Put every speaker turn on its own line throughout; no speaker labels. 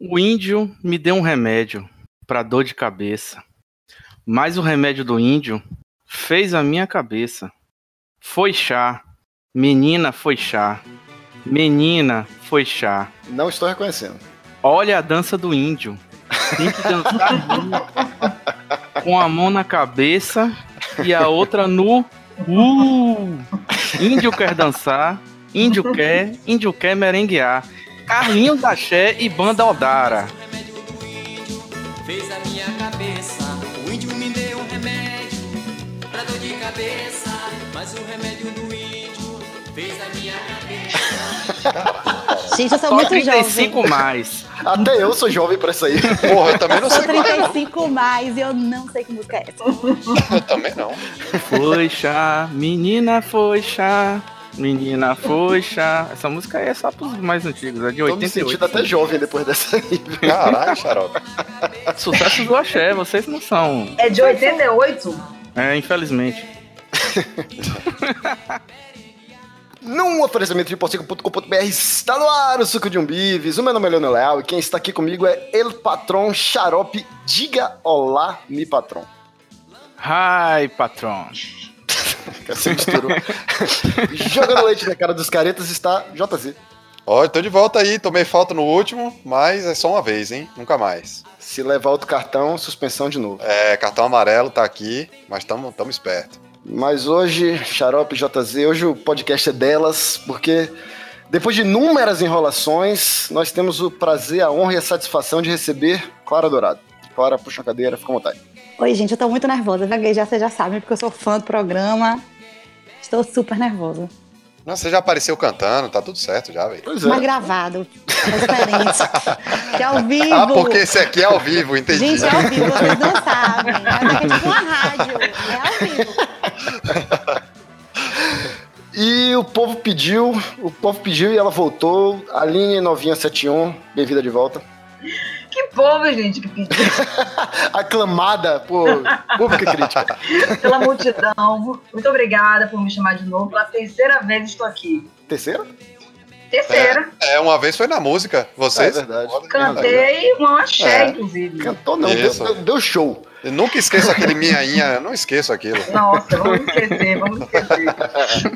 O índio me deu um remédio para dor de cabeça, mas o remédio do índio fez a minha cabeça. Foi chá, menina foi chá, menina foi chá.
Não estou reconhecendo.
Olha a dança do índio. Tem que dançar nu, com a mão na cabeça e a outra no. Uh! Índio quer dançar, índio quer, índio quer merenguear. Carlinhos Axé e Banda Odara.
Fez a minha cabeça, o índio me deu um remédio pra dor de cabeça, mas o remédio do índio fez a minha cabeça.
Gente, eu sou
Só
muito
35
jovem.
mais.
Até eu sou jovem pra isso aí.
Porra, eu também não
Sou
sei qual é,
35 mais e eu não sei que música é essa.
não. Eu também não.
Foi chá, menina foi chá, menina foi chá. Essa música aí é só pros mais antigos, é de
Tô me sentindo
88.
até jovem depois dessa aí.
Caralho, xarope.
Sucesso do Axé, vocês não são.
É de 88?
É, infelizmente.
Num oferecimento de porcico.com.br está no ar o Suco de um Bives. O meu nome é Leonel Leal e quem está aqui comigo é El Patron Xarope. Diga olá, mi patrão.
Hi, patrão.
Que assim misturou. Jogando leite na cara dos caretas está JZ.
Ó, eu tô de volta aí, tomei falta no último, mas é só uma vez, hein? Nunca mais.
Se levar outro cartão, suspensão de novo.
É, cartão amarelo tá aqui, mas tamo, tamo esperto.
Mas hoje, Xarope JZ, hoje o podcast é delas, porque depois de inúmeras enrolações, nós temos o prazer, a honra e a satisfação de receber Clara Dourado. Clara, puxa a cadeira, fica à vontade.
Oi, gente, eu tô muito nervosa. Gaguejar, vocês já sabem, porque eu sou fã do programa. Estou super nervosa.
Não, você já apareceu cantando, tá tudo certo já, velho.
Pois
Mas gravado. É diferente. Que é ao vivo.
Ah, porque esse aqui é ao vivo, entendi.
Gente, é ao vivo, vocês não sabem. Mas é que é tipo uma rádio. É ao vivo.
E o povo pediu, o povo pediu e ela voltou. Aline Novinha 71, bem-vinda de volta.
Que povo, gente, que pediu
Aclamada por pública crítica.
pela multidão. Muito obrigada por me chamar de novo. Pela terceira vez estou aqui.
Terceira?
Terceira.
É, uma vez foi na música, vocês.
É verdade.
Foda, verdade.
Cantei uma axé,
É.
inclusive.
Cantou não, deu,
Isso.
deu- deu show.
Eu nunca esqueço aquele minhainha, eu não esqueço aquilo.
Nossa, vamos esquecer, vamos esquecer.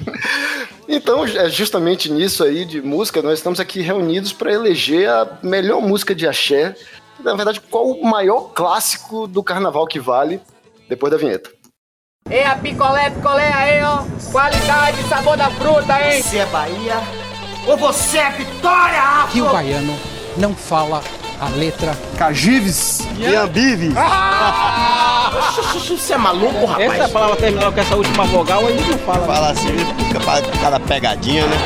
Então, é justamente nisso aí de música, nós estamos aqui reunidos para eleger a melhor música de axé. Na verdade, qual o maior clássico do carnaval que vale depois da vinheta.
E a picolé, picolé aí, ó. Qualidade, sabor da fruta, hein?
Você é Bahia ou você é Vitória?
que o baiano não fala a letra
Você é maluco, rapaz?
Essa palavra terminar com essa última vogal, aí não fala.
Fala assim, fica pra cada pegadinha, né?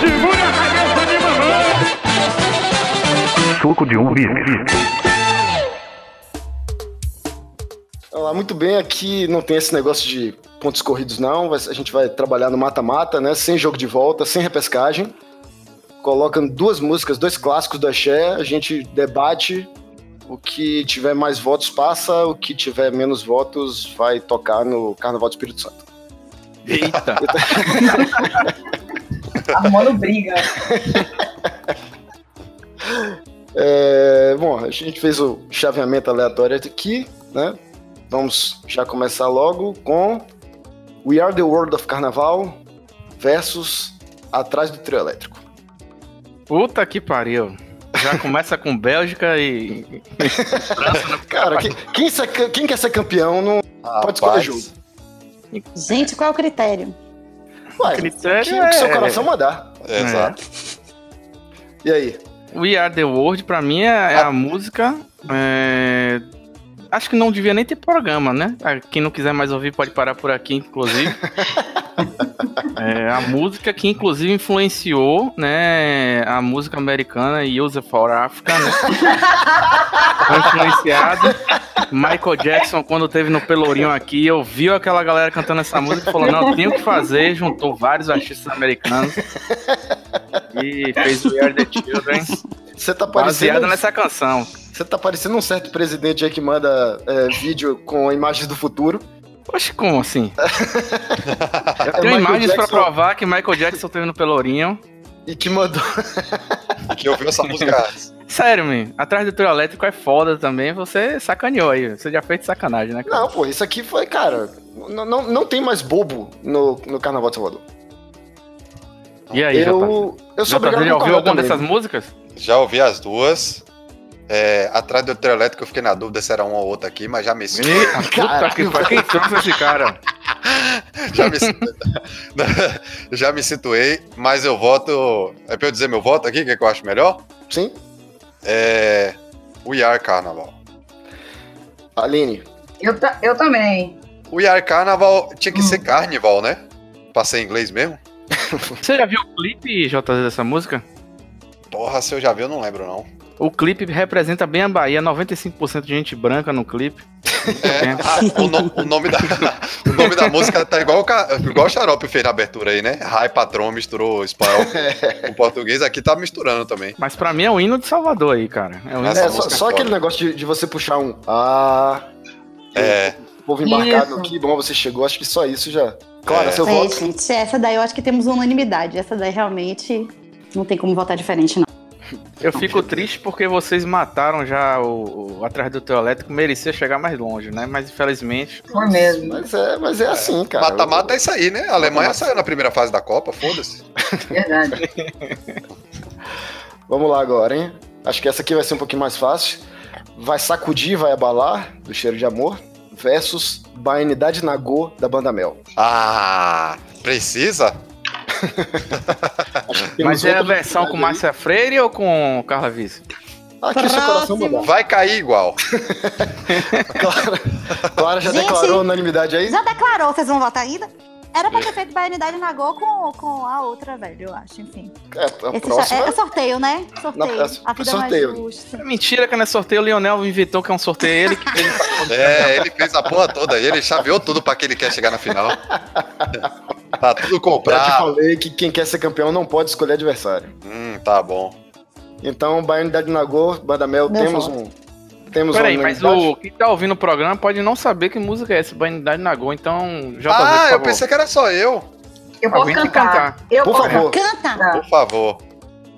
Olha lá, muito bem, aqui não tem esse negócio de pontos corridos, não. Vai- A gente vai trabalhar no mata-mata, né? Sem jogo de volta, sem repescagem. Colocam duas músicas, dois clássicos do axé, a gente debate. O que tiver mais votos passa, o que tiver menos votos vai tocar no Carnaval do Espírito Santo.
Eita.
Arrumando briga.
É, bom, a gente fez o chaveamento aleatório aqui, né? Vamos já começar logo com We Are the World of Carnaval versus Atrás do Trio Elétrico.
Puta que pariu. Já começa com Bélgica e.
Cara, que- quem, ser ca- quem quer ser campeão não. Ah, Pode escolher
Rapaz,
jogo.
Gente, qual é o critério?
Ué, o
critério
que, o que seu
é-
coração mandar.
é, Exato.
E aí?
We Are the World, pra mim, é, é a música. é, Acho que não devia nem ter programa, né? Ah, Quem não quiser mais ouvir pode parar por aqui, inclusive. É a música que, inclusive, influenciou né, a música americana Use for Africa, né? Foi influenciado. Michael Jackson, quando teve no Pelourinho aqui, ouviu aquela galera cantando essa música e falou: Não, tem o que fazer. Juntou vários artistas americanos e fez We Are the Children.
Você tá
Baseada
parecendo.
nessa canção.
Você tá parecendo um certo presidente aí que manda é, vídeo com imagens do futuro.
Poxa, como assim? Eu tenho
É Michael
imagens pra
Jackson.
provar que Michael Jackson teve no Pelourinho.
E que mandou.
É.
Que ouviu essa música antes.
Sério, menino. Atrás do trio elétrico é foda também. Você sacaneou aí. Você já fez de sacanagem, né, cara?
Não, pô, isso aqui foi, cara. Não, não, não tem mais bobo no, no Carnaval de Salvador.
E aí, Jota?
eu, eu sou
Jota,
obrigado
você
a
já ouviu
concordar
alguma
também.
dessas músicas?
Já ouvi as duas. É, atrás do trio elétrico eu fiquei na dúvida se era uma ou outra aqui, mas já me
Eita, Ah, puta que pariu. Quem trouxe esse cara?
já, me, já me situei, mas eu voto. É pra eu dizer meu voto aqui, o que, que eu acho melhor?
Sim.
É. We Are Carnaval.
Aline,
Eu, ta- eu também.
We Are Carnaval tinha que ser Carnival, né? Pra ser em inglês mesmo?
Você já viu o clipe, Jota, dessa música?
Porra, se eu já vi, eu não lembro, não.
O clipe representa bem a Bahia. 95% de gente branca no clipe.
É, ah, o, no- o nome da, o nome da música tá igual, o ca- igual o Xarope fez na abertura aí, né? Rai Patron misturou o espanhol com o português, aqui tá misturando também.
Mas pra mim é o hino de Salvador aí, cara. É o hino
Essa
é,
de
só,
música é
só
foda.
aquele negócio de, de você puxar um. Ah,
É,
o povo embarcado
Isso.
aqui, bom, você chegou, acho que só isso já. Claro,
É.
seu
É,
voto.
gente, essa daí eu acho que temos unanimidade. Essa daí realmente não tem como votar diferente, não.
Eu fico triste porque vocês mataram já o, o Atrás do Teu Elétrico. Merecia chegar mais longe, né? Mas infelizmente.
Foi mesmo.
Mas é, mas é assim, cara.
mata-mata é isso aí, né? A Alemanha saiu na primeira fase da Copa, foda-se.
Verdade.
Vamos lá agora, hein? Acho que essa aqui vai ser um pouquinho mais fácil. Vai sacudir, vai abalar, do cheiro de amor, versus Bainidade Nagô, da Banda Mel.
Ah, precisa?
Mas
Temos
é a
outra
versão com
oportunidade
Márcia Freire ou com Carla Vice?
aí. Ah, Aqui o seu é coração mudar.
Vai cair igual.
Clara já
Gente!
declarou unanimidade aí? É,
Já declarou, vocês vão votar ainda? Era pra ter feito Baianidade na Go com, com a outra, velho, eu acho, enfim.
É, a
Esse
próxima.
já- é, é sorteio, né? Sorteio.
Não, é-
a vida
sorteio.
mais justa.
É mentira que não é sorteio. O Lionel inventou que é um sorteio. Ele que ele
É, ele fez a porra toda aí, ele chaveou tudo pra que ele quer chegar na final. Tá tudo
Já te
comprado.
falei que quem quer ser campeão não pode escolher adversário.
Hum, tá bom.
Então, Bainidade Nagô, Banda Mel,
Meu
temos
voto.
um. Temos
Peraí,
uma
mas
né?
unanimidade.
o quem tá ouvindo o programa pode não saber que música é essa, Banidade na Go, então já
tá
Ah, eu pensei que era só eu.
Eu posso
Alguém tem que
cantar.
cantar.
Eu
Por
posso
favor.
Canta!
cantar.
Por favor.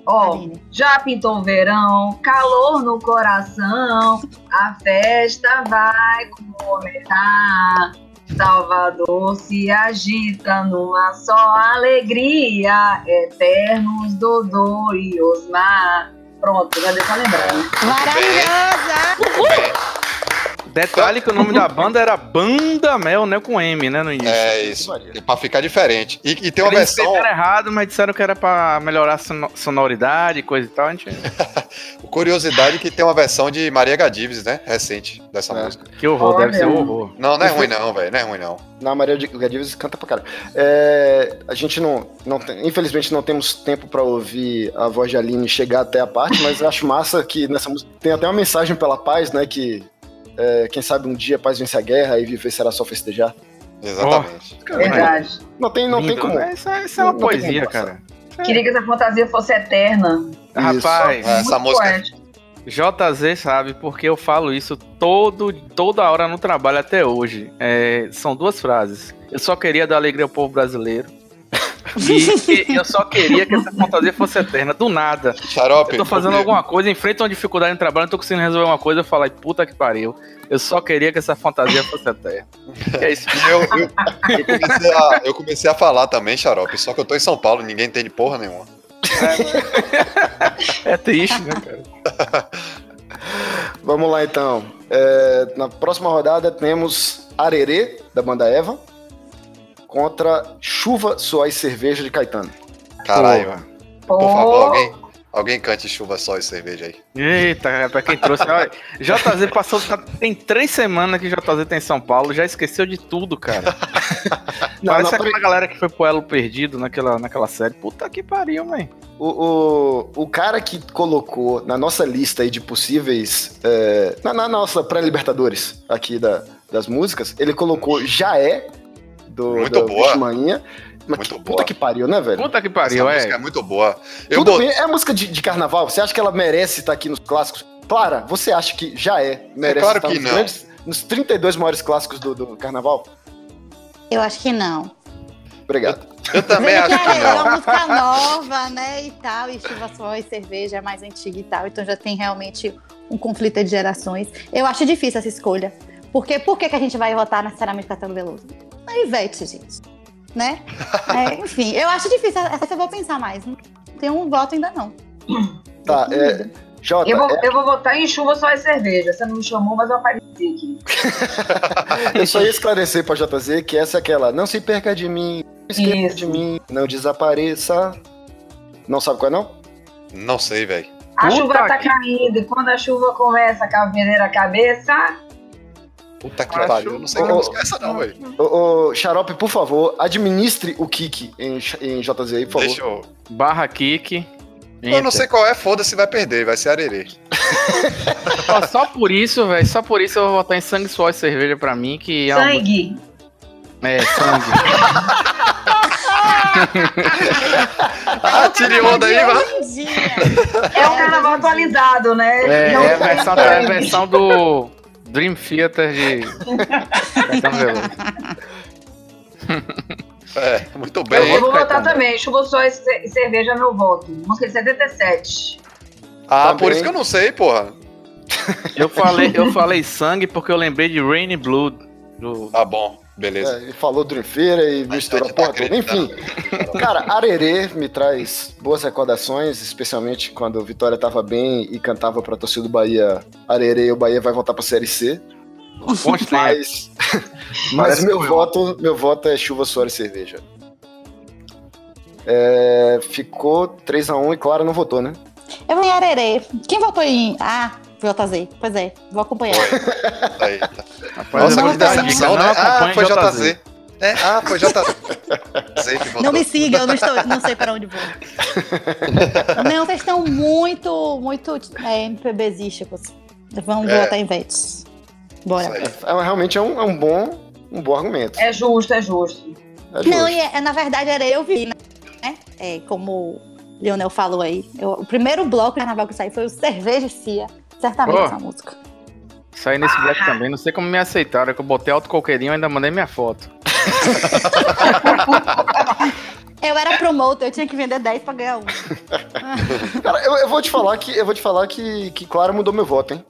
Ó,
Aline.
já pintou o verão, calor no coração, a festa vai começar. Salvador se agita numa só alegria, eternos Dodô e Osmar. Pronto, já deu pra lembrar. né?
Maravilhosa!
Detalhe que o nome da banda era Banda Mel, né? Com M, né? No início.
É isso. É pra ficar diferente. E, e tem uma
Eles
versão.
fizeram errado, mas disseram que era pra melhorar a sono- sonoridade e coisa e tal. A gente...
Curiosidade que tem uma versão de Maria Gadives, né? Recente dessa
É.
música.
Que horror,
Olha.
deve ser um horror.
Não, não é ruim não, velho. Não é ruim não.
Na Maria de Gadives canta pra caralho. É, a gente não, não tem- infelizmente não temos tempo pra ouvir a voz de Aline chegar até a parte, mas eu acho massa que nessa música tem até uma mensagem pela paz, né? Que é, quem sabe um dia a paz vence a guerra e viver será só festejar.
Exatamente.
É
Verdade.
Não tem, não tem
Lindo,
como.
né? Isso, é- isso é uma
Não tem como
poesia,
passar.
cara.
Queria que essa fantasia fosse eterna.
Isso.
Rapaz,
É, essa
Muito
música-
poética.
JZ sabe porque eu falo isso todo, toda hora no trabalho até hoje. É, são duas frases. Eu só queria dar alegria ao povo brasileiro. E que- eu só queria que essa fantasia fosse eterna. Do nada.
Xarope.
Eu tô fazendo alguma coisa, enfrento uma dificuldade no trabalho, não tô conseguindo resolver uma coisa, eu falo, "Ai, puta que pariu. Eu só queria que essa fantasia fosse eterna. E é isso.
Eu, eu- eu comecei a, eu comecei a falar também, Xarope. Só que eu tô em São Paulo, ninguém entende porra nenhuma.
É triste, né, cara?
Vamos lá então. É, na próxima rodada temos Arerê, da banda Eva, contra Chuva, Suor e Cerveja de Caetano.
Caralho.
Porra.
Por favor,
Oh,
alguém, alguém cante chuva só e cerveja aí.
Eita, cara, pra quem trouxe. olha, JZ passou. tá- tem três semanas que JZ tá em São Paulo, já esqueceu de tudo, cara.
Não,
Parece
não,
aquela galera que foi pro Elo Perdido naquela, naquela série. Puta que pariu, mãe.
O, o, o cara que colocou na nossa lista aí de possíveis. é, na, na nossa pré-Libertadores aqui da- das músicas, ele colocou Já é, do,
Muito
do
boa.
Vixmaninha. Mas
Muito
que,
boa.
puta que pariu, né, velho?
Puta que
Essa
pariu,
música é
é.
muito boa. Eu
Tudo
botei.
bem, é música de, de carnaval. Você acha que ela merece estar aqui nos clássicos? Clara, você acha que já é? Merece
claro
estar
que
nos
não.
grandes- nos 32 maiores clássicos do, do carnaval?
Eu acho que não.
Obrigado.
Eu também
Vendo que
acho que
é, é
não.
uma música nova, né, e tal, e Chuva Sol e Cerveja é mais antiga e tal, então já tem realmente um conflito de gerações. Eu acho difícil essa escolha, porque por que, que a gente vai votar necessariamente Caetano Veloso? Na Ivete, gente, né? É, enfim, eu acho difícil, essa eu vou pensar mais, não tem um voto ainda não.
Tá, é. Jota,
Eu vou,
é-
eu vou votar em chuva só é cerveja. Você não me chamou, mas eu apareci aqui.
eu só ia esclarecer pra JZ que essa é aquela. Não se perca de mim, não esqueça
Isso.
de mim, não desapareça. Não sabe qual é, não?
Não sei, velho.
A
Puta
chuva tá
que-
caindo e quando a chuva começa a caveira a cabeça,
Puta que
Acho-
pariu. Não sei que
Ô,
música é essa, não, velho.
Ô, ô, Xarope, por favor, administre o kick em, em JZ aí, por favor.
Deixa eu.
é Barra kick.
Eu não sei qual é, foda-se, vai perder, vai ser arerê.
Só, só por isso, velho. Só por isso eu vou votar em Sangue, Suor e Cerveja pra mim, que é uma
sangue.
música- É, sangue.
Ah, tire onda aí, vai.
Hoje em dia.
É um carnaval atualizado, né?
É,
Não
é a
tem
versão, é a
sangue.
versão do Dream Theater de. Caetano Veloso.
É, muito
Eu, eu
bem.
vou votar
Caetano.
também. Chuva só é ce- cerveja, meu voto. Música de 77.
Ah,
Tá
por
bem.
isso que eu não sei, porra.
Eu falei, eu falei sangue porque eu lembrei de Rainy Blood. Do...
Tá bom, beleza.
É, ele falou do Feira e
Mas
misturou a
pode tá
porra toda. Enfim, cara, Arerê me traz boas recordações, especialmente quando o Vitória tava bem e cantava pra torcida do Bahia Arerê e o Bahia vai voltar pra Série C.
Bons tempos.
Mas, mas meu, voto, meu voto é chuva, suor e cerveja. É, ficou 3x1 e Clara não votou, né?
Eu vou em Arerê. Quem votou em... Ah, JZ. Pois é, vou acompanhar.
Tá aí, tá.
Rapaz,
Nossa,
eu
que
vou dar dica,
decepção,
é não
né? Ah,
acompanhe
foi
JZ.
JZ. É, ah, foi JZ. que votou.
Não me siga, eu não, estou, não sei para onde vou. não, vocês estão muito, muito é, MPBzísticos. Vamos
É.
botar em Vetes. Bora.
Isso aí.
É, realmente é um, é um bom, um bom argumento.
É justo, é justo.
É
Não,
justo.
e é, é, na verdade era eu vi, né? É, como o Leonel falou aí. eu- o primeiro bloco de carnaval que saiu foi o Cerveja e Cia. Certamente
Ó.
essa música.
Saí nesse black também, não sei como me aceitaram, que eu botei alto coqueirinho e ainda mandei minha foto.
Eu era promotor, eu tinha que vender 10 pra ganhar um.
Cara, eu, eu vou te falar que eu vou te falar que, que Clara mudou meu voto, hein?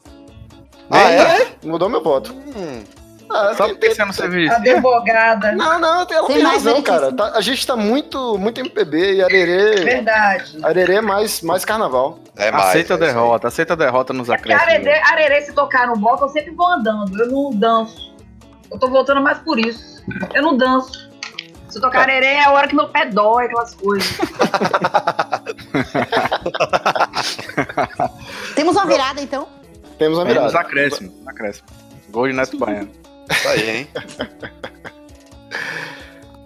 Ah, é?
Mudou meu voto.
Hum,
Ah,
Só
tem-
porque você não serviu
A debogada.
Não, não, ela
Tem
tem
mais
razão,
benefício.
cara. Tá- a gente tá muito, muito MPB e arerê.
é Verdade.
Arerê é mais, mais carnaval.
é mais.
Aceita a
é isso aí.
derrota, aceita a derrota nos acréscimos.
Arerê, arerê, se tocar no bloco, eu sempre vou andando. Eu não danço. Eu tô voltando mais por isso. Eu não danço. Se eu tocar arerê, é a hora que meu pé dói, aquelas coisas.
Temos uma virada, então?
Temos uma
É, nos
virada.
acréscimos, nos acréscimos. Gol de Neto Baiano.
Isso aí, hein?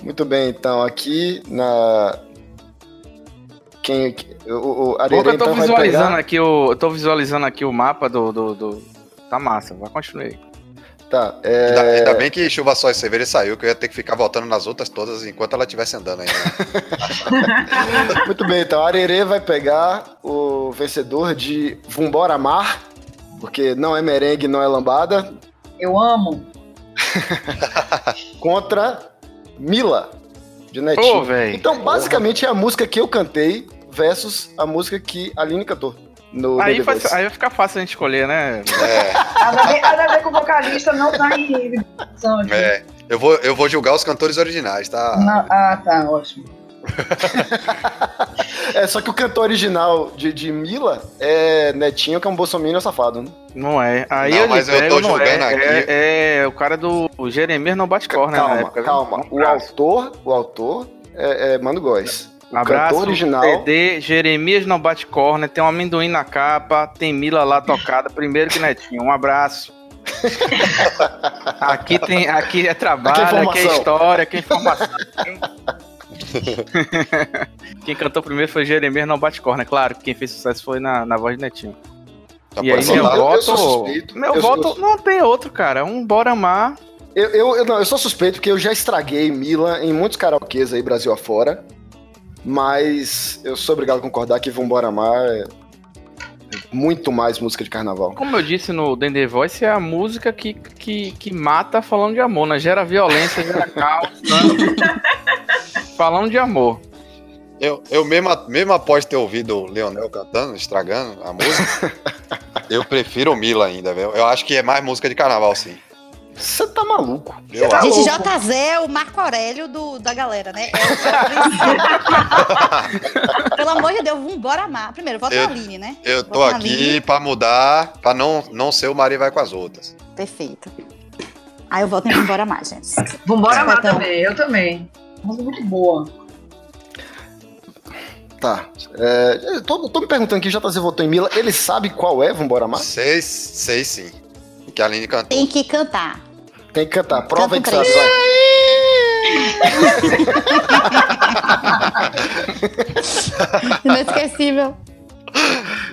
Muito bem, então, aqui na. Quem. é O, o
Bom que
arerê
eu tô
então, vai
visualizando
pegar.
aqui o. Eu tô visualizando aqui o mapa do. do, do- Tá massa, vai continuar aí.
Tá,
Ainda,
é.
ainda bem que chuva só e cerveja saiu, que eu ia ter que ficar voltando nas outras todas enquanto ela estivesse andando ainda.
Muito bem, então, arerê vai pegar o vencedor de Vumbora Mar. Porque não é merengue, não é lambada.
Eu amo.
contra Mila de
Ô,
Netinho.
velho.
então, basicamente é a música que eu cantei versus a música que a Aline cantou no
Aí
aí
vai, aí vai ficar fácil a gente escolher, né?
É,
Nada a ver, nada a ver com o vocalista não tá em edição aqui.
é. Eu vou, eu vou julgar os cantores originais, tá?
Não, ah, tá, ótimo.
É só que o cantor original de, de Mila é Netinho, que é um bolsominion safado, né?
Não é. Aí
Não,
eu,
mas eu
é,
tô
não
jogando
é,
aqui.
É, é o cara do o Jeremias não bate cor, né? na
calma,
época, viu?
calma.
Um
O
abraço.
autor, o autor é, é Mano Góes. O
Abraço,
cantor original.
CD, Jeremias não bate corner, tem um amendoim na capa, tem Mila lá tocada, primeiro que Netinho. Um abraço. aqui tem, aqui é
Aqui é
trabalho, aqui é,
informação.
história, aqui é informação. quem cantou primeiro foi Jeremias não bate corner, claro, que quem fez sucesso foi na, na voz de Netinho.
Tá
e aí
pode
meu
voltar.
eu- eu
voto,
sou suspeito.
meu
Eu sou-
voto não tem outro, cara. Um bora amar.
Eu, eu, eu- não, eu sou suspeito porque eu já estraguei Mila em muitos karaokês aí Brasil afora. Mas eu sou obrigado a concordar que Vambora Mar é muito mais música de carnaval.
Como eu disse no Dende Voice, é a música que, que, que mata falando de amor, né? Gera violência, gera caos, sangue. Falando de amor.
Eu, eu mesmo, a- mesmo após ter ouvido o Leonel cantando, estragando a música, eu prefiro o Mila ainda, velho. Eu acho que é mais música de carnaval, sim.
Você tá maluco.
Eu
tá
acho.
Gente,
louco.
JZ é o Marco Aurélio do, da galera, né? Pelo amor de Deus, vambora amar. Primeiro, vota
Eu-
na Aline, né?
Eu tô
Vota na
aqui
Aline.
pra mudar, pra não, não ser o Mari vai com as outras.
Perfeito. Aí eu voto em Vambora Amar, gente.
Vambora lá
Então.
também, eu também. Música um é muito boa.
Tá. É, eu tô, tô me perguntando aqui, JZ votou em Mila. Ele sabe qual é, vambora amar?
Seis, seis sim. Que a Aline cantou.
Tem que cantar.
Tem que cantar. Prova aí que
Canta um
sabe. vai.
Inesquecível.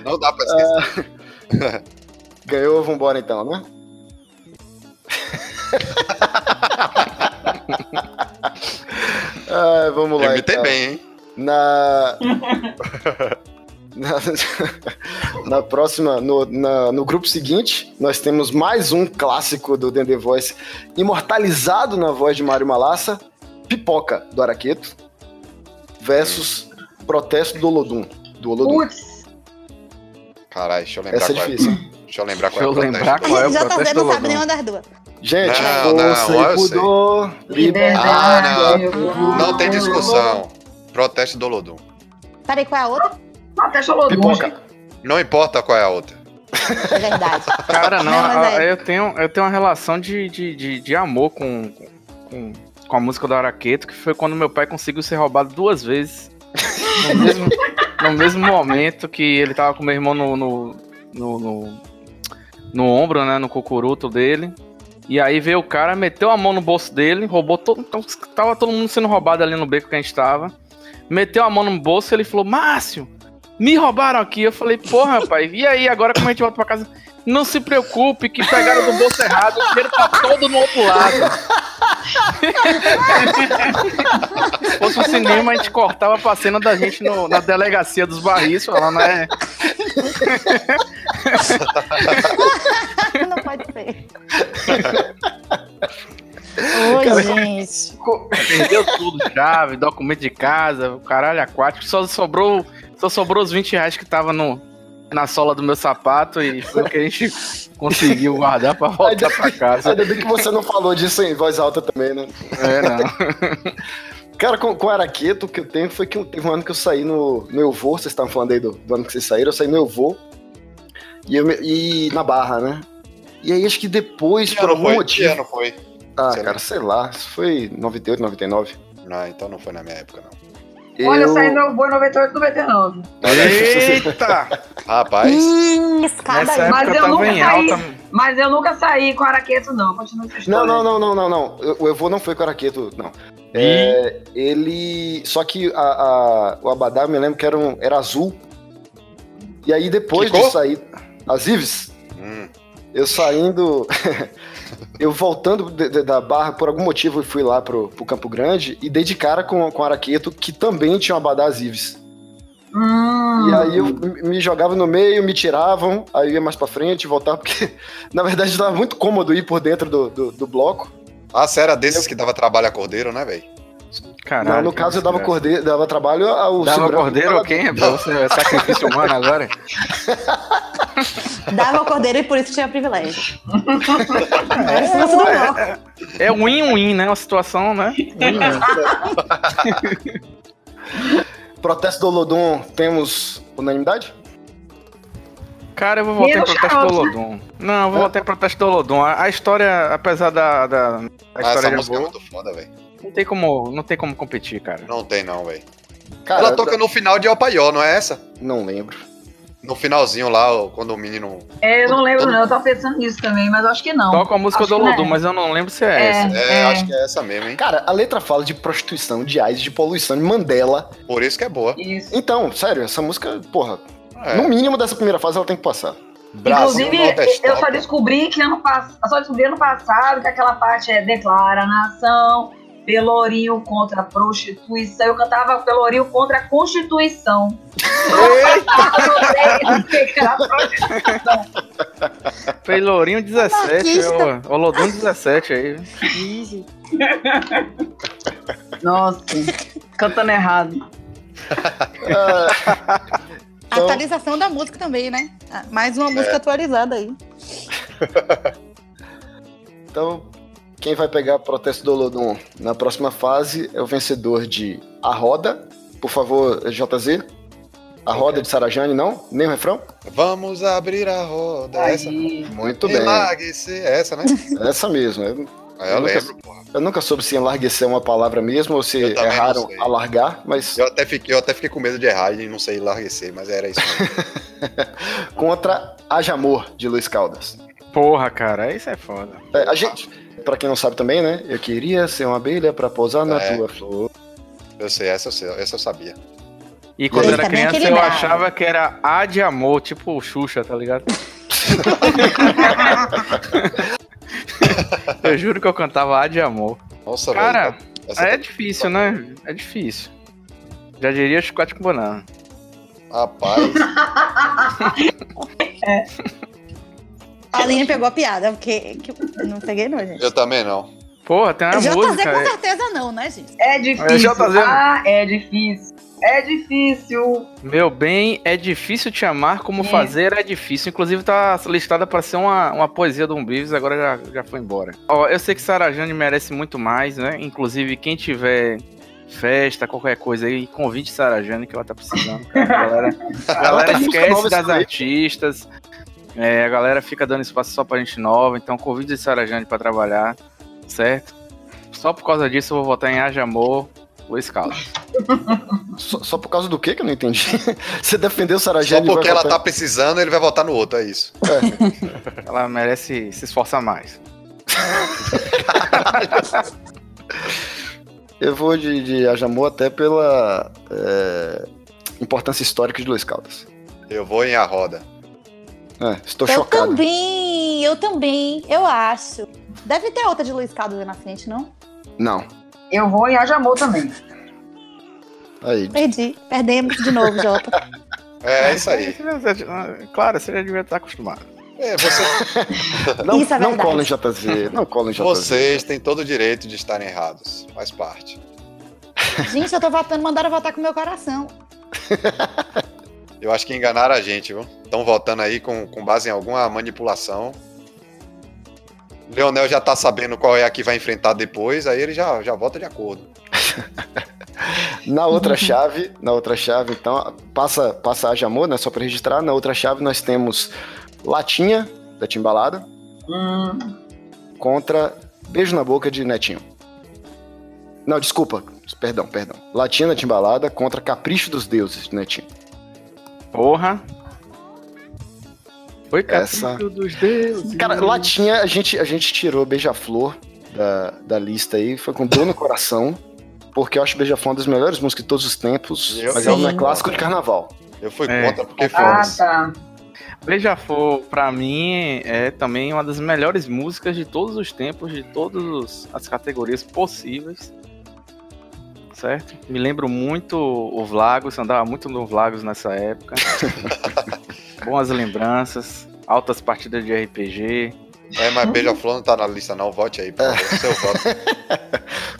Não dá
Ah,
pra esquecer.
Ganhou, vambora então, né? Ah, vamos lá.
eu imitei
então.
bem, hein?
Na. na... na próxima, no, na- no grupo seguinte, nós temos mais um clássico do D&D Voice, imortalizado na voz de Mário Malassa, Pipoca, do Araqueto, versus Protesto do Olodum. Do Olodum.
Putz,
Caralho, deixa eu lembrar
Essa é
qual
difícil. hein?
é. Deixa eu lembrar qual
Deixa eu
é o protesto.
lembrar
A
qual é o
gente, JZ
protesto
não
do
tá sabe né?
Lodum.
nenhuma das duas.
Gente,
Não,
força
não,
e
eu sei.
pudor,
liberdade.
Ah,
meu povo.
Não tem discussão. Protesto do Lodum.
Peraí, qual é a outra?
Ah, Até Xolodum,
Pipoca.
gente.
Não importa qual é a outra.
É verdade.
Cara, não,
Não, mas é-
eu, tenho, eu tenho uma relação de, de, de, de amor com, com, com a música do Araqueto, que foi quando meu pai conseguiu ser roubado duas vezes. No mesmo, no mesmo momento que ele tava com meu irmão no, no, no, no, no ombro, né? No cocuruto dele. E aí veio o cara, meteu a mão no bolso dele, roubou todo. então, Tava todo mundo sendo roubado ali no beco que a gente tava. Meteu a mão no bolso e ele falou: Márcio, me roubaram aqui. Eu falei: Porra, rapaz, e aí agora como a gente volta pra casa? Não se preocupe, que pegaram do bolso errado, o dinheiro tá todo no outro lado. Se fosse um cinema, a gente cortava pra cena da gente no- na delegacia dos barris, falando, né?
Não pode ser. Oi, gente.
Perdeu tudo, chave, documento de casa, o caralho aquático. Só sobrou, só sobrou os 20 reais que tava no, na sola do meu sapato e foi o que a gente conseguiu guardar pra voltar pra casa.
Ainda bem que você não falou disso em voz alta também, né?
É, não.
Cara, com, com o Araqueto, o que eu tenho foi que eu- teve um ano que eu saí no meu vô, vocês estavam falando aí do, do ano que vocês saíram, eu saí no meu vô e, eu me- e na Barra, né? E aí acho que depois,
Que
por
ano
algum
foi? Que
motivo.
ano foi?
Ah,
Sei
cara,
lá.
sei lá, isso foi 98, 99.
Não, então não foi na minha época, não.
Olha, eu
eu
saí no Boi 98 99.
Eita!
Rapaz,
Hum, escada
Nessa
aí.
Tá, Mas
época
eu
tava
nunca
em
saí.
alta.
Mas eu nunca saí com araqueto, não. Continua essa história.
Não, não, não, não, não, não. Eu- O avô não foi com Araqueto, não. É, ele. Só que a, a- o Abadá, eu me lembro que era, um- era azul. E aí depois
Que
de
cor?
sair. As Ives?
hum,
Eu saindo. eu voltando de- de- da barra, por algum motivo, eu fui lá pro, pro Campo Grande e dei de cara com, com o Araqueto, que também tinha uma Badá Ives.
Hum.
Ah.
E aí eu m- me jogava no meio, me tiravam, aí eu ia mais pra frente, voltava, porque na verdade tava muito cômodo ir por dentro do, do, do bloco.
a série desses que dava trabalho a cordeiro, né, velho?
Caralho. É.
Não, no
que
caso eu dava,
desgraça.
cordeiro, dava trabalho ao
Dava
segurança.
cordeiro ou quem? Pra você é sacrifício humano agora?
Dava o cordeiro e por isso tinha privilégio. Agora isso não se dá, não.
É win-win, né? Uma situação, né?
Protesto do Olodum, temos unanimidade?
Cara, eu vou voltar em
Menos
protesto do
chato.
Olodum. Não, eu vou voltar em protesto do Olodum. A, a história, apesar da, da, da
Ah, essa
história de
música é
boa,
muito foda, velho.
não tem como, não tem como competir, cara.
Não tem, não, velho.
Cara,
Ela toca no final de Alpaió, não é essa?
não lembro.
No finalzinho lá, ó, quando o menino.
É, eu não lembro, não. Eu tava pensando nisso também, mas eu acho que não.
Toca a música
Acho
do
que não
Olodum,
é.
mas eu não lembro se é, essa.
É,
É.
acho que é essa mesmo, hein?
Cara, a letra fala de prostituição, de AIDS, de poluição, de Mandela.
Por isso que é boa.
Isso.
Então, sério, essa música, porra,
É.
no mínimo dessa primeira fase ela tem que passar.
Brasil
Inclusive,
Nordestão.
eu só descobri que ano passado, só descobri ano passado que aquela parte é declara nação, pelourinho contra a prostituição. Eu cantava pelourinho contra a Constituição. Eu não sei que era prostituição.
Pelourinho 17,
Anarquista.
o Olodum 17 aí.
Nossa.
Cantando errado.
Então- É.
Atualização da música também, né? Ah, Mais uma música atualizada aí.
Então, quem vai pegar protesto do Olodum na próxima fase é o vencedor de A Roda. Por favor, JZ. A Roda de Sarajane, não? Nem o refrão?
Vamos abrir a roda.
Aí.
Essa.
Muito bem.
Enlargue-se. É essa, né?
Essa mesmo. Eu,
Ah, eu
nunca,
lembro,
eu nunca soube se enlarguecer é uma palavra mesmo ou se
Eu também não
erraram
sei.
alargar, mas
Eu até, fiquei, eu até fiquei com medo de errar e não sei enlarguecer, mas era isso.
contra Haja Amor, de Luiz Caldas.
Porra, cara, isso é foda.
É,
Ah.
a gente, pra quem não sabe também, né? Eu queria ser uma abelha pra pousar na
É.
tua flor.
Eu sei, essa eu, sei, essa eu sabia.
E quando
Ele
era
tá bem
criança, eu
equilibrado.
achava que era A de amor, tipo Xuxa, tá ligado? eu juro que eu cantava A de amor.
Nossa,
Cara,
velho. essa-
é difícil, né? É difícil. Já diria chicote com banana.
Rapaz,
A Aline pegou a piada, porque que- não peguei não, gente.
eu também não.
Porra, tem uma
JZ
música.
com
é-
certeza não, né, gente?
É difícil.
já tá vendo?
ah, é difícil. É difícil.
Meu bem, é difícil te amar, como
É.
fazer é difícil. Inclusive tá listada pra ser uma, uma poesia do Umbives, agora já, já foi embora. Ó, eu sei que Sarah Jane merece muito mais, né? Inclusive, quem tiver festa, qualquer coisa aí, convide Sarah Jane que ela tá precisando. cara. A galera, a galera
Bota música nova
esquece das
escrita.
artistas, é, a galera fica dando espaço só pra gente nova, então convide Sarah Jane pra trabalhar, certo? Só por causa disso eu vou votar em Haja Amor, Luiz Carlos.
Só, só por causa do quê que eu não entendi? Você defendeu
Só
Sarajane e vai
porque ela
votar-
tá precisando, ele vai votar no outro, é isso.
Ela merece se esforçar mais.
Eu vou de, de Ajamor até pela é, importância histórica de Luiz Caldas.
Eu vou em a roda.
É, estou
eu
chocado.
também, eu também, eu acho. Deve ter outra de Luiz Caldas aí na frente, não?
Não.
Eu vou em Ajamor também.
Aí.
Perdi, perdemos de novo, Jota.
É isso aí.
Claro, você já devia estar acostumado.
É, você-
Não,
Isso é
não
verdade.
cola em JZ. Não cola em JZ.
vocês têm todo o direito de estarem errados. Faz parte.
Gente, eu tô votando, mandaram eu votar com o meu coração.
Eu acho que enganaram a gente, viu? Estão votando aí com, com base em alguma manipulação. Leonel já tá sabendo qual é a que vai enfrentar depois, aí ele já, já vota de acordo.
Na outra chave, na outra chave, então, passa, passa Ajamor, né? Só para registrar. Na outra chave nós temos Latinha, da Timbalada,
Hum,
contra Beijo na Boca de Netinho. Não, desculpa. Perdão, perdão. Latinha da Timbalada contra Capricho dos Deuses de Netinho.
Porra. Foi
Essa-
capítulo dos deuses.
Cara, latinha, a gente, a gente tirou Beija-Flor da, da lista aí, foi com dor no coração, porque eu acho Beija-Flor uma das melhores músicas de todos os tempos,
Eu-
mas ela não é
Sim.
clássico de carnaval.
Eu fui
É.
contra porque
ah,
foda-se.
tá.
Beija-Flor, pra mim, é também uma das melhores músicas de todos os tempos, de todas as categorias possíveis. Certo? Me lembro muito o Vlagos, andava muito no Vlagos nessa época. Boas lembranças, altas partidas de RPG.
É, mas Beija-Flor não tá na lista, não. Vote aí, por favor. Seu voto.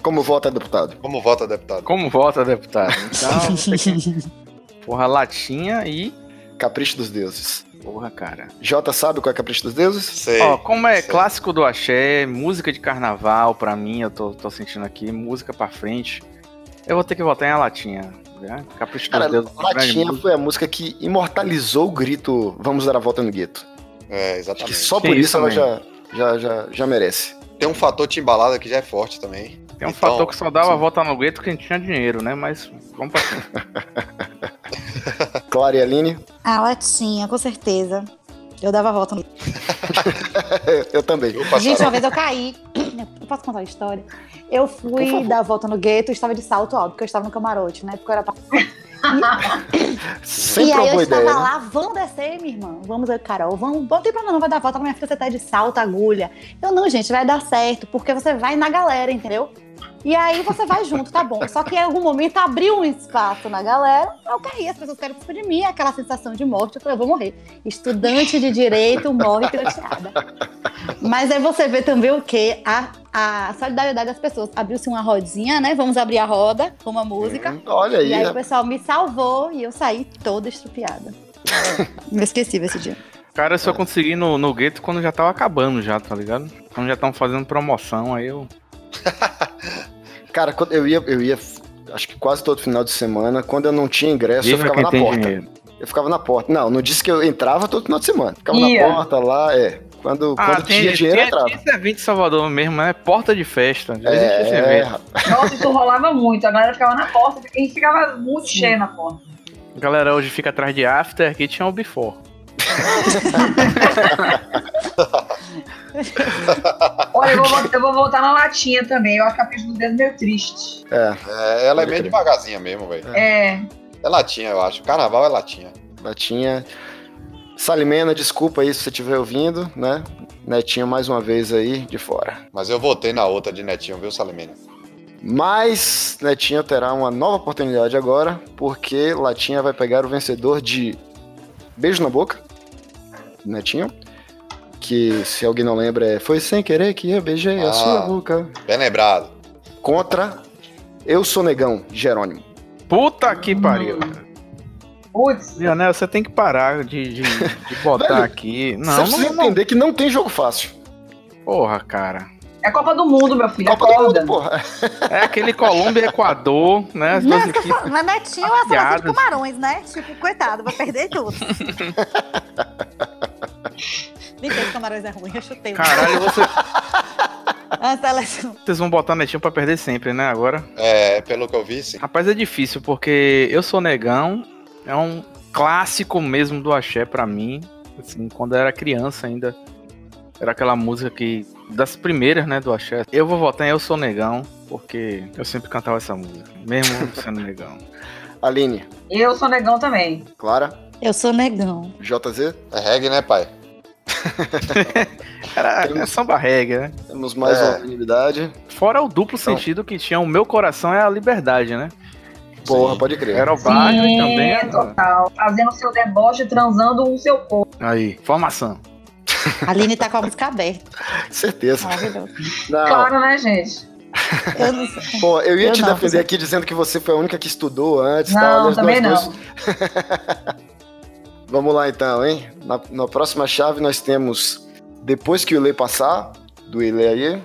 Como vota, deputado?
Como vota, deputado?
Como vota, deputado? Então, você que- porra, latinha e.
Capricho dos Deuses.
Porra, cara.
Jota sabe qual é Capricho dos Deuses?
Sei.
Ó, como é
sei.
clássico do axé, música de carnaval pra mim, eu tô, tô sentindo aqui, música pra frente, eu vou ter que votar em A Latinha. Né? Capricho
Cara,
dos Deuses. grande
Latinha
música.
foi a música que imortalizou o grito Vamos dar a volta no gueto.
É,
Acho
exatamente.
que só
Tem
por isso
isso
ela já,
também.
já, já, já merece.
Tem um fator timbalada que já é forte também.
Tem um
Então,
fator que só dava
sim.
a volta no gueto quem tinha dinheiro, né? Mas vamos pra frente.
Clara e Aline,
Ah, latinha, com certeza. Eu dava a volta. no-
eu também.
Eu passarão.
Gente, uma vez eu caí. Eu posso contar a história? Eu
Por
fui
favor.
dar a volta no gueto, eu estava de salto alto, porque eu estava no camarote, né? Porque eu era
Sempre
e
uma
aí tá eu
boa
estava
ideia. né?
lá, vamos descer, minha irmã. Vamos, eu, Carol, vamos. Não tem problema, não vai dar volta na minha filha, você tá de salto, agulha. Eu, não, gente, vai dar certo, porque você vai na galera, entendeu? E aí você vai junto, tá bom. Só que em algum momento abriu um espaço na galera, eu caí, as pessoas ficaram por cima de mim, aquela sensação de morte, eu falei, eu vou morrer. Estudante de direito morre piroteada. Mas aí você vê também o quê? A, a solidariedade das pessoas. Abriu-se uma rodinha, né? Vamos abrir a roda com uma música.
Hum, Olha aí,
e aí o
rapaz.
pessoal me salvou e eu saí toda estrupiada. Inesquecível esse dia.
Cara, eu só consegui no, no gueto quando já tava acabando já, tá ligado? Quando já estavam fazendo promoção, aí eu.
Cara, quando eu ia, eu ia, acho que quase todo final de semana, quando eu não tinha ingresso, eu
Viva
ficava
quem
na
tem
porta.
dinheiro.
Eu ficava na porta. Não, não disse que eu entrava todo final de semana. Ficava
Ia.
na porta lá, é. Quando, quando tinha dinheiro, eu entrava.
Ah, tem esse evento em Salvador mesmo, né? Porta de festa. Já existe esse
É,
evento.
rapaz.
Nossa, isso rolava muito. A galera ficava na porta e a gente ficava muito cheia na porta.
A galera hoje fica atrás de after, aqui tinha o before.
Olha, eu vou, vol- eu vou voltar na latinha também. Eu acho que a pista do dedo é meio triste.
é,
É, ela é
Pode
meio
crer.
devagarzinha mesmo, velho.
É.
É latinha, eu acho. Carnaval é latinha.
lá tinha. Salimena, desculpa aí se você estiver ouvindo, né? Netinho mais uma vez aí de fora.
Mas eu votei na outra de Netinho, viu, Salimena?
Mas Netinho terá uma nova oportunidade agora, porque Latinha vai pegar o vencedor de Beijo na Boca, Netinho, que se alguém não lembra é Foi Sem Querer que eu beijei a
Ah.
sua boca,
Bem lembrado.
contra Eu Sou Negão, Jerônimo.
Puta que pariu.
Putz.
Leonel, você tem que parar de, de, de botar
Velho,
aqui.
você
Não,
precisa
não, não.
entender que não tem jogo fácil.
Porra, cara.
É Copa do Mundo, meu filho.
Copa do
Acorda.
Mundo, porra.
É aquele Colômbia e Equador, né? As
Não,
duas
isso que eu
equipes.
falo, mas Netinho é a salvação de
Piadas.
camarões, né? Tipo, coitado, vai perder tudo. Brinquei que camarões é ruim, eu chutei.
Caralho, você-
A seleção.
vocês vão botar Netinho pra perder sempre, né? Agora.
É, pelo que eu vi, sim.
Rapaz, é difícil, porque Eu Sou Negão é um clássico mesmo do axé pra mim. Assim, quando eu era criança ainda. Era aquela música que. Das primeiras, né, do axé. Eu vou votar em Eu Sou Negão, porque eu sempre cantava essa música, mesmo sendo negão.
Aline,
Eu sou negão também.
Clara,
Eu sou negão.
JZ,
É reggae, né, pai?
Era, era samba reggae, né?
temos mais
É.
uma unanimidade.
Fora o duplo sentido que tinha o meu coração é a liberdade, né?
Porra,
Sim.
pode crer.
Era o bairro e
Sim,
também.
né?
a-
total. Fazendo seu deboche, transando o seu corpo.
Aí, formação.
A Aline tá com a música aberta.
Certeza.
Maravilhoso.
Não,
Claro, né, gente?
Eu não sei.
pô, eu ia
Eu
te
não,
defender
você-
aqui dizendo que você foi a única que estudou antes. tal,
Não,
nós
também
duas-
não.
Vamos lá então, hein? Na, na próxima chave nós temos Depois que o Ilê passar, do Ilê aí,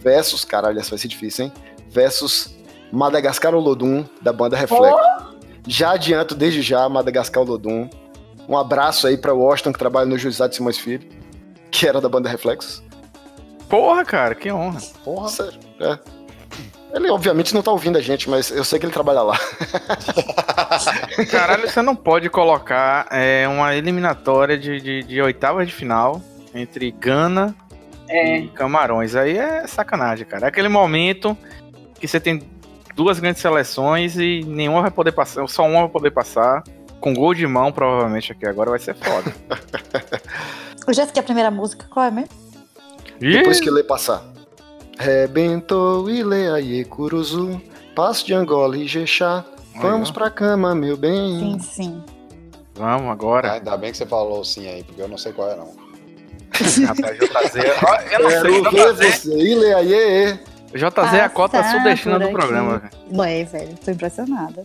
versus, caralho, essa vai ser difícil, hein? Versus Madagascar Olodum, da banda Reflexo. Já adianto desde já, Madagascar Olodum. Um abraço aí pra Washington, que trabalha no Juizado de Simões Filho, que era da banda Reflexos.
Porra, cara, que honra.
Porra. Sério, é. Ele obviamente não tá ouvindo a gente, mas eu sei que ele trabalha lá.
Caralho, você não pode colocar é, uma eliminatória de, de, de oitavas de final entre Gana
É.
e Camarões. Aí é sacanagem, cara. É aquele momento que você tem duas grandes seleções e nenhuma vai poder passar, só uma vai poder passar. Com gol de mão, provavelmente, aqui agora vai ser foda.
Eu já esqueci a primeira música, qual é mesmo?
Ih,
Depois que lê passar. Rebentou e lê aí, Curuzu. Passo de Angola e Jexá. Vamos
Aí, ó.
pra cama, meu bem.
Sim, sim.
Vamos agora.
Ah, ainda bem que você falou sim aí, porque eu não sei qual é, não.
Rapaz, JZ. ó, Eu não sei,
Quero ver
né?
JZ.
você e lê aí.
JZ é a cota
Passar
sudestina
por
do
aqui.
programa, velho.
Ué, é, velho, tô impressionada.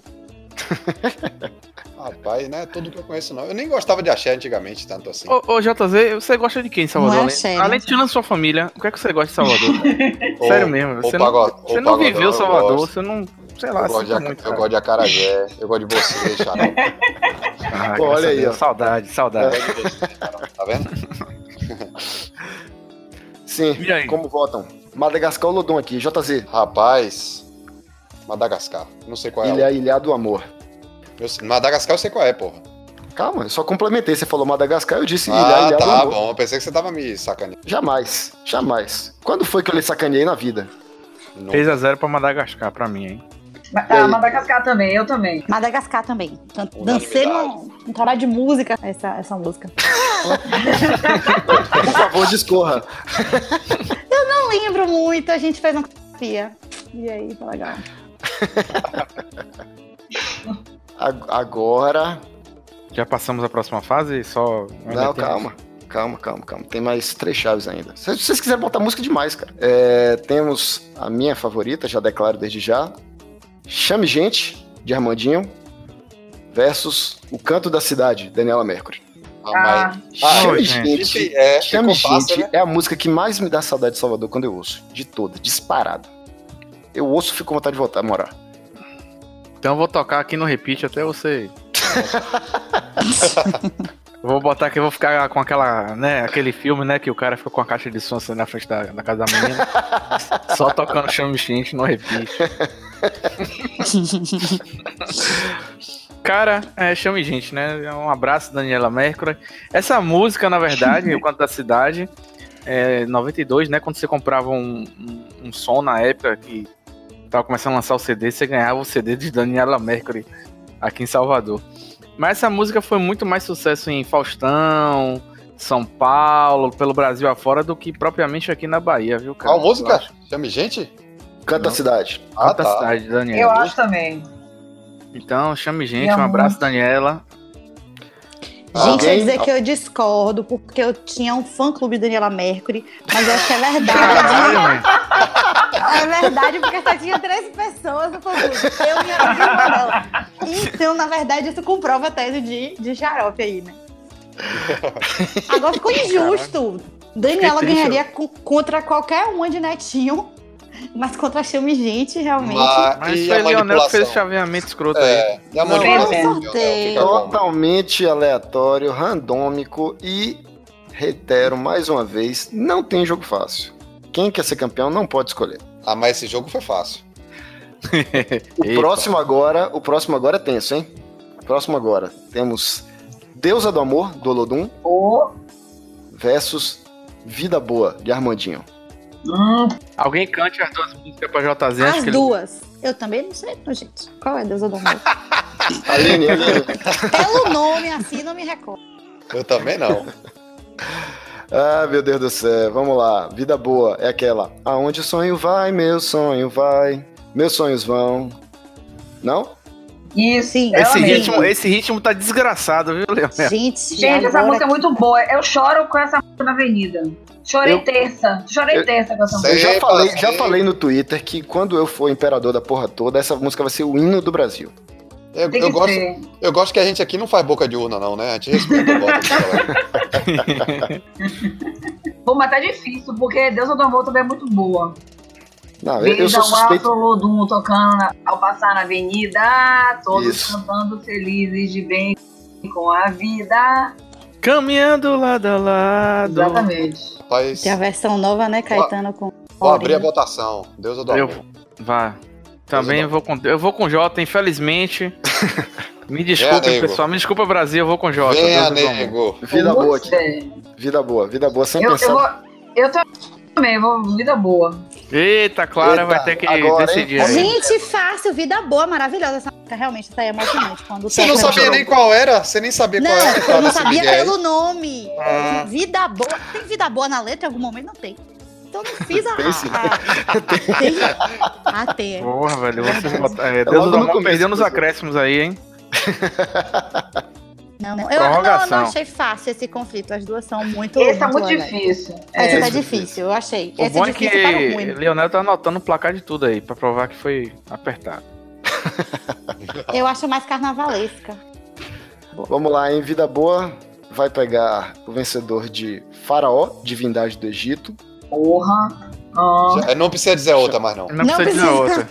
Rapaz, não é tudo que eu conheço, não. Eu nem gostava de axé antigamente, tanto assim.
Ô, ô, JZ, você gosta de quem em Salvador?
Não é
Além-
axé, né?
Além de tirando sua família, o que é que você gosta de Salvador? cara?
Ô,
Sério mesmo,
ô,
você não,
pagode- ô,
você não
pagodão,
viveu
eu
Salvador,
gosto.
você não. Sei lá,
Eu gosto, de,
sinto
ac-
muito.
eu
cara.
gosto de acarajé, eu gosto de você, xarope.
Ah,
Pô,
graças
olha
a
aí,
Deus,
ó.
Saudade,
Eu
saudade.
gosto de você, xarope, Tá vendo?
Sim,
E aí?
como votam? Madagascar ou Lodum aqui? JZ.
Rapaz, Madagascar. Não sei qual é.
Ilha, Ilha do Amor.
Eu sei- Madagascar eu sei qual é, porra.
Calma, eu só complementei. Você falou Madagascar, eu disse Ilha,
ah,
Ilha do
tá
Amor.
bom. Eu pensei que você tava me sacaneando.
Jamais, jamais. Quando foi que eu lhe sacaneei na vida?
É.
3x0 pra Madagascar pra mim, hein?
Ma-
E aí?
Ah, Madagascar também, eu também.
Madagascar também. Can-
Pô,
Dancei
novidade.
num num torá de música essa, essa música.
Por favor, discorra.
Não lembro muito, a gente fez uma coreografia. E aí, tá legal.
A- Agora.
Já passamos a próxima fase? Só. ainda
Não,
tem-
calma. Calma, calma, calma. Tem mais três chaves ainda. Se se vocês quiserem botar música demais, cara. É, temos a minha favorita, já declaro desde já. Chame Gente, de Armandinho, versus O Canto da Cidade, Daniela Mercury.
Ah,
Ah,
Chame
oi,
Gente.
Enfim, é,
Chame
ficou fácil,
Gente
né?
é a música que mais me dá saudade de Salvador quando eu ouço. De toda, disparado. Eu ouço e fico com vontade de voltar a morar.
Então eu vou tocar aqui no repeat até você. vou botar aqui, eu vou ficar com aquela, né, aquele filme, né, que o cara fica com a caixa de som assim na frente da, da casa da menina. só tocando chame gente no repeat. Cara, é, chame gente, né? Um abraço, Daniela Mercury. Essa música, na verdade, o Canto da Cidade, é 92, né? Quando você comprava um, um, um som na época que tava começando a lançar o CD, você ganhava o CD de Daniela Mercury aqui em Salvador. Mas essa música foi muito mais sucesso em Faustão, São Paulo, pelo Brasil afora, do que propriamente aqui na Bahia, viu, cara?
Qual música? Chame gente?
Canta a
Não.
cidade.
Ah,
Canta a
tá.
cidade, Daniela.
Eu acho também.
Então, chame gente,
Minha
um abraço, Daniela. Tá
Gente,
Alguém-
eu ia dizer que eu discordo, porque eu tinha um fã-clube de Daniela Mercury, mas eu acho que é verdade.
Caralho,
É verdade, porque só tinha três pessoas no fã-clube. Eu e a irmã dela. Então, na verdade, isso comprova a tese de, de xarope aí, né? Agora ficou injusto. Daniela
Fiquei triste,
ganharia co- contra qualquer uma de netinho, mas contra chame gente, realmente.
Mas,
Mas
Ah, e
foi
a
Leonel que fez
manipulação?
o chaveamento escroto aí.
É, e a
Não,
não
manipulação? Leonel?
sorteio.
Tá
Fica como?
Totalmente aleatório, randômico e, reitero mais uma vez, não tem jogo fácil. Quem quer ser campeão não pode escolher.
Ah, mas esse jogo foi fácil.
O
Eita.
próximo agora, o próximo agora é tenso, hein? O próximo agora temos Deusa do Amor do Olodum
Ou.
versus Vida Boa de Armandinho.
Hum,
Alguém cante as duas músicas pra JZ, acho
As
que ele-
duas. Eu também não sei, não, gente. Qual é Deus do amor?
Aline, Aline.
Pelo nome, assim, não me recordo.
Eu também não.
Ah, meu Deus do céu, vamos lá. Vida boa é aquela. Aonde o sonho vai, meu sonho vai. Meus sonhos vão. Não?
Isso.
Sim,
ela
Esse
mesma.
ritmo, esse ritmo tá desgraçado, viu,
É.
Leonel?
Gente,
Gente, essa
agora-
música é muito boa. Eu choro com essa música na avenida. Chorei
Eu-
terça. Chorei
Eu-
terça com essa
Sei.
música.
Eu já
Epa,
falei, já
sim.
falei no Twitter que quando eu for imperador da porra toda, essa música vai ser o hino do Brasil.
Eu,
Tem
eu
que
gosto,
ser.
eu gosto que a gente aqui não faz boca de urna, não, né? A gente respeita o voto do colega.
Bom, mas tá difícil, porque Deus do Amor também é muito boa.
Não, Tá eu, eu sou
Veja o Afro
suspeito.
Lodum tocando na- ao passar na avenida, todos
Isso.
cantando felizes de bem com a vida.
Caminhando lado a
Tá
lado.
Exatamente.
Rapaz,
Tem a versão nova, né, Caetano? Com...
vou abrir a votação. Deus eu dou
Eu
amor.
Vá. Também
Eu
vou com eu vou com Jota, infelizmente. Me desculpem,
nego.
pessoal. Me desculpa, Brasil, eu vou com Jota.
Venha,
Deus é do amor.
nego.
Vida boa tipo,
Putz,
aqui.
velho.
Vida boa, vida boa, sem
Eu, eu,
pensar.
vou, eu também, vou vida boa.
Eita, Clara
Eita,
vai ter que
agora, hein?
decidir aí.
Gente, fácil, vida boa, maravilhosa essa música. Realmente, essa aí é emocionante. Quando
Você não
toca-
sabia nem qual era? Você nem sabia qual era?
um Não, eu
cara,
não
né, esse
sabia
Miguel aí.
pelo nome.
Ah.
Vida boa. Tem vida boa na letra em algum momento? Não tem. Então não fiz a.
Tem sim.
a- tem. Ah, tem.
Porra, velho. Vocês botaram- é,
Logo
Deus do
no
amor
começo,
perdeu nos
inclusive.
acréscimos aí, hein?
Não, não. Eu, não, eu não
Prorrogação.
achei fácil esse conflito. As duas são muito.
Esse é muito
legais.
difícil.
Essa tá
É.
difícil, eu achei.
O
Essa
bom
é
é que
difícil para o ruim.
Leonel tá anotando o placar de tudo aí, pra provar que foi apertado.
Eu acho mais carnavalesca.
Vamos lá, em Vida boa vai pegar o vencedor de Faraó, Divindade do Egito.
Porra. Ah.
Já- É, Não precisa dizer outra mais, não.
Não, precisa dizer outra.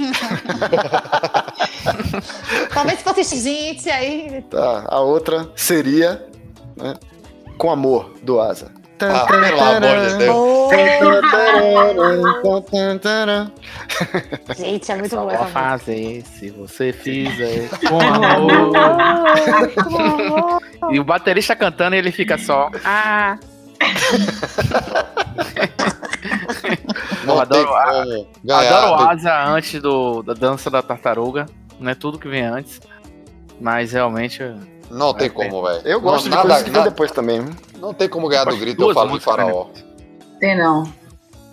Talvez se fosse gente aí.
Tá, a outra seria né, Com Amor, do Asa.
Ah, pelo amor de Deus.
Pô,
Deus.
gente, é muito
Só vou
boa essa música.
fazer se você fizer com amor. E o baterista cantando e ele fica só. Ah!
Não
Eu
tem
adoro a-
como ganhar
Adoro
do-
asa antes do, da dança da tartaruga. Não é tudo que vem antes. Mas realmente.
Não tem
É,
como, velho.
Eu gosto
não,
de coisas que
nada,
vem
nada,
depois também. né?
Não tem como ganhar do
Gosto de
grito, eu
duas
falo de
músicas, né?
faraó.
Tem não.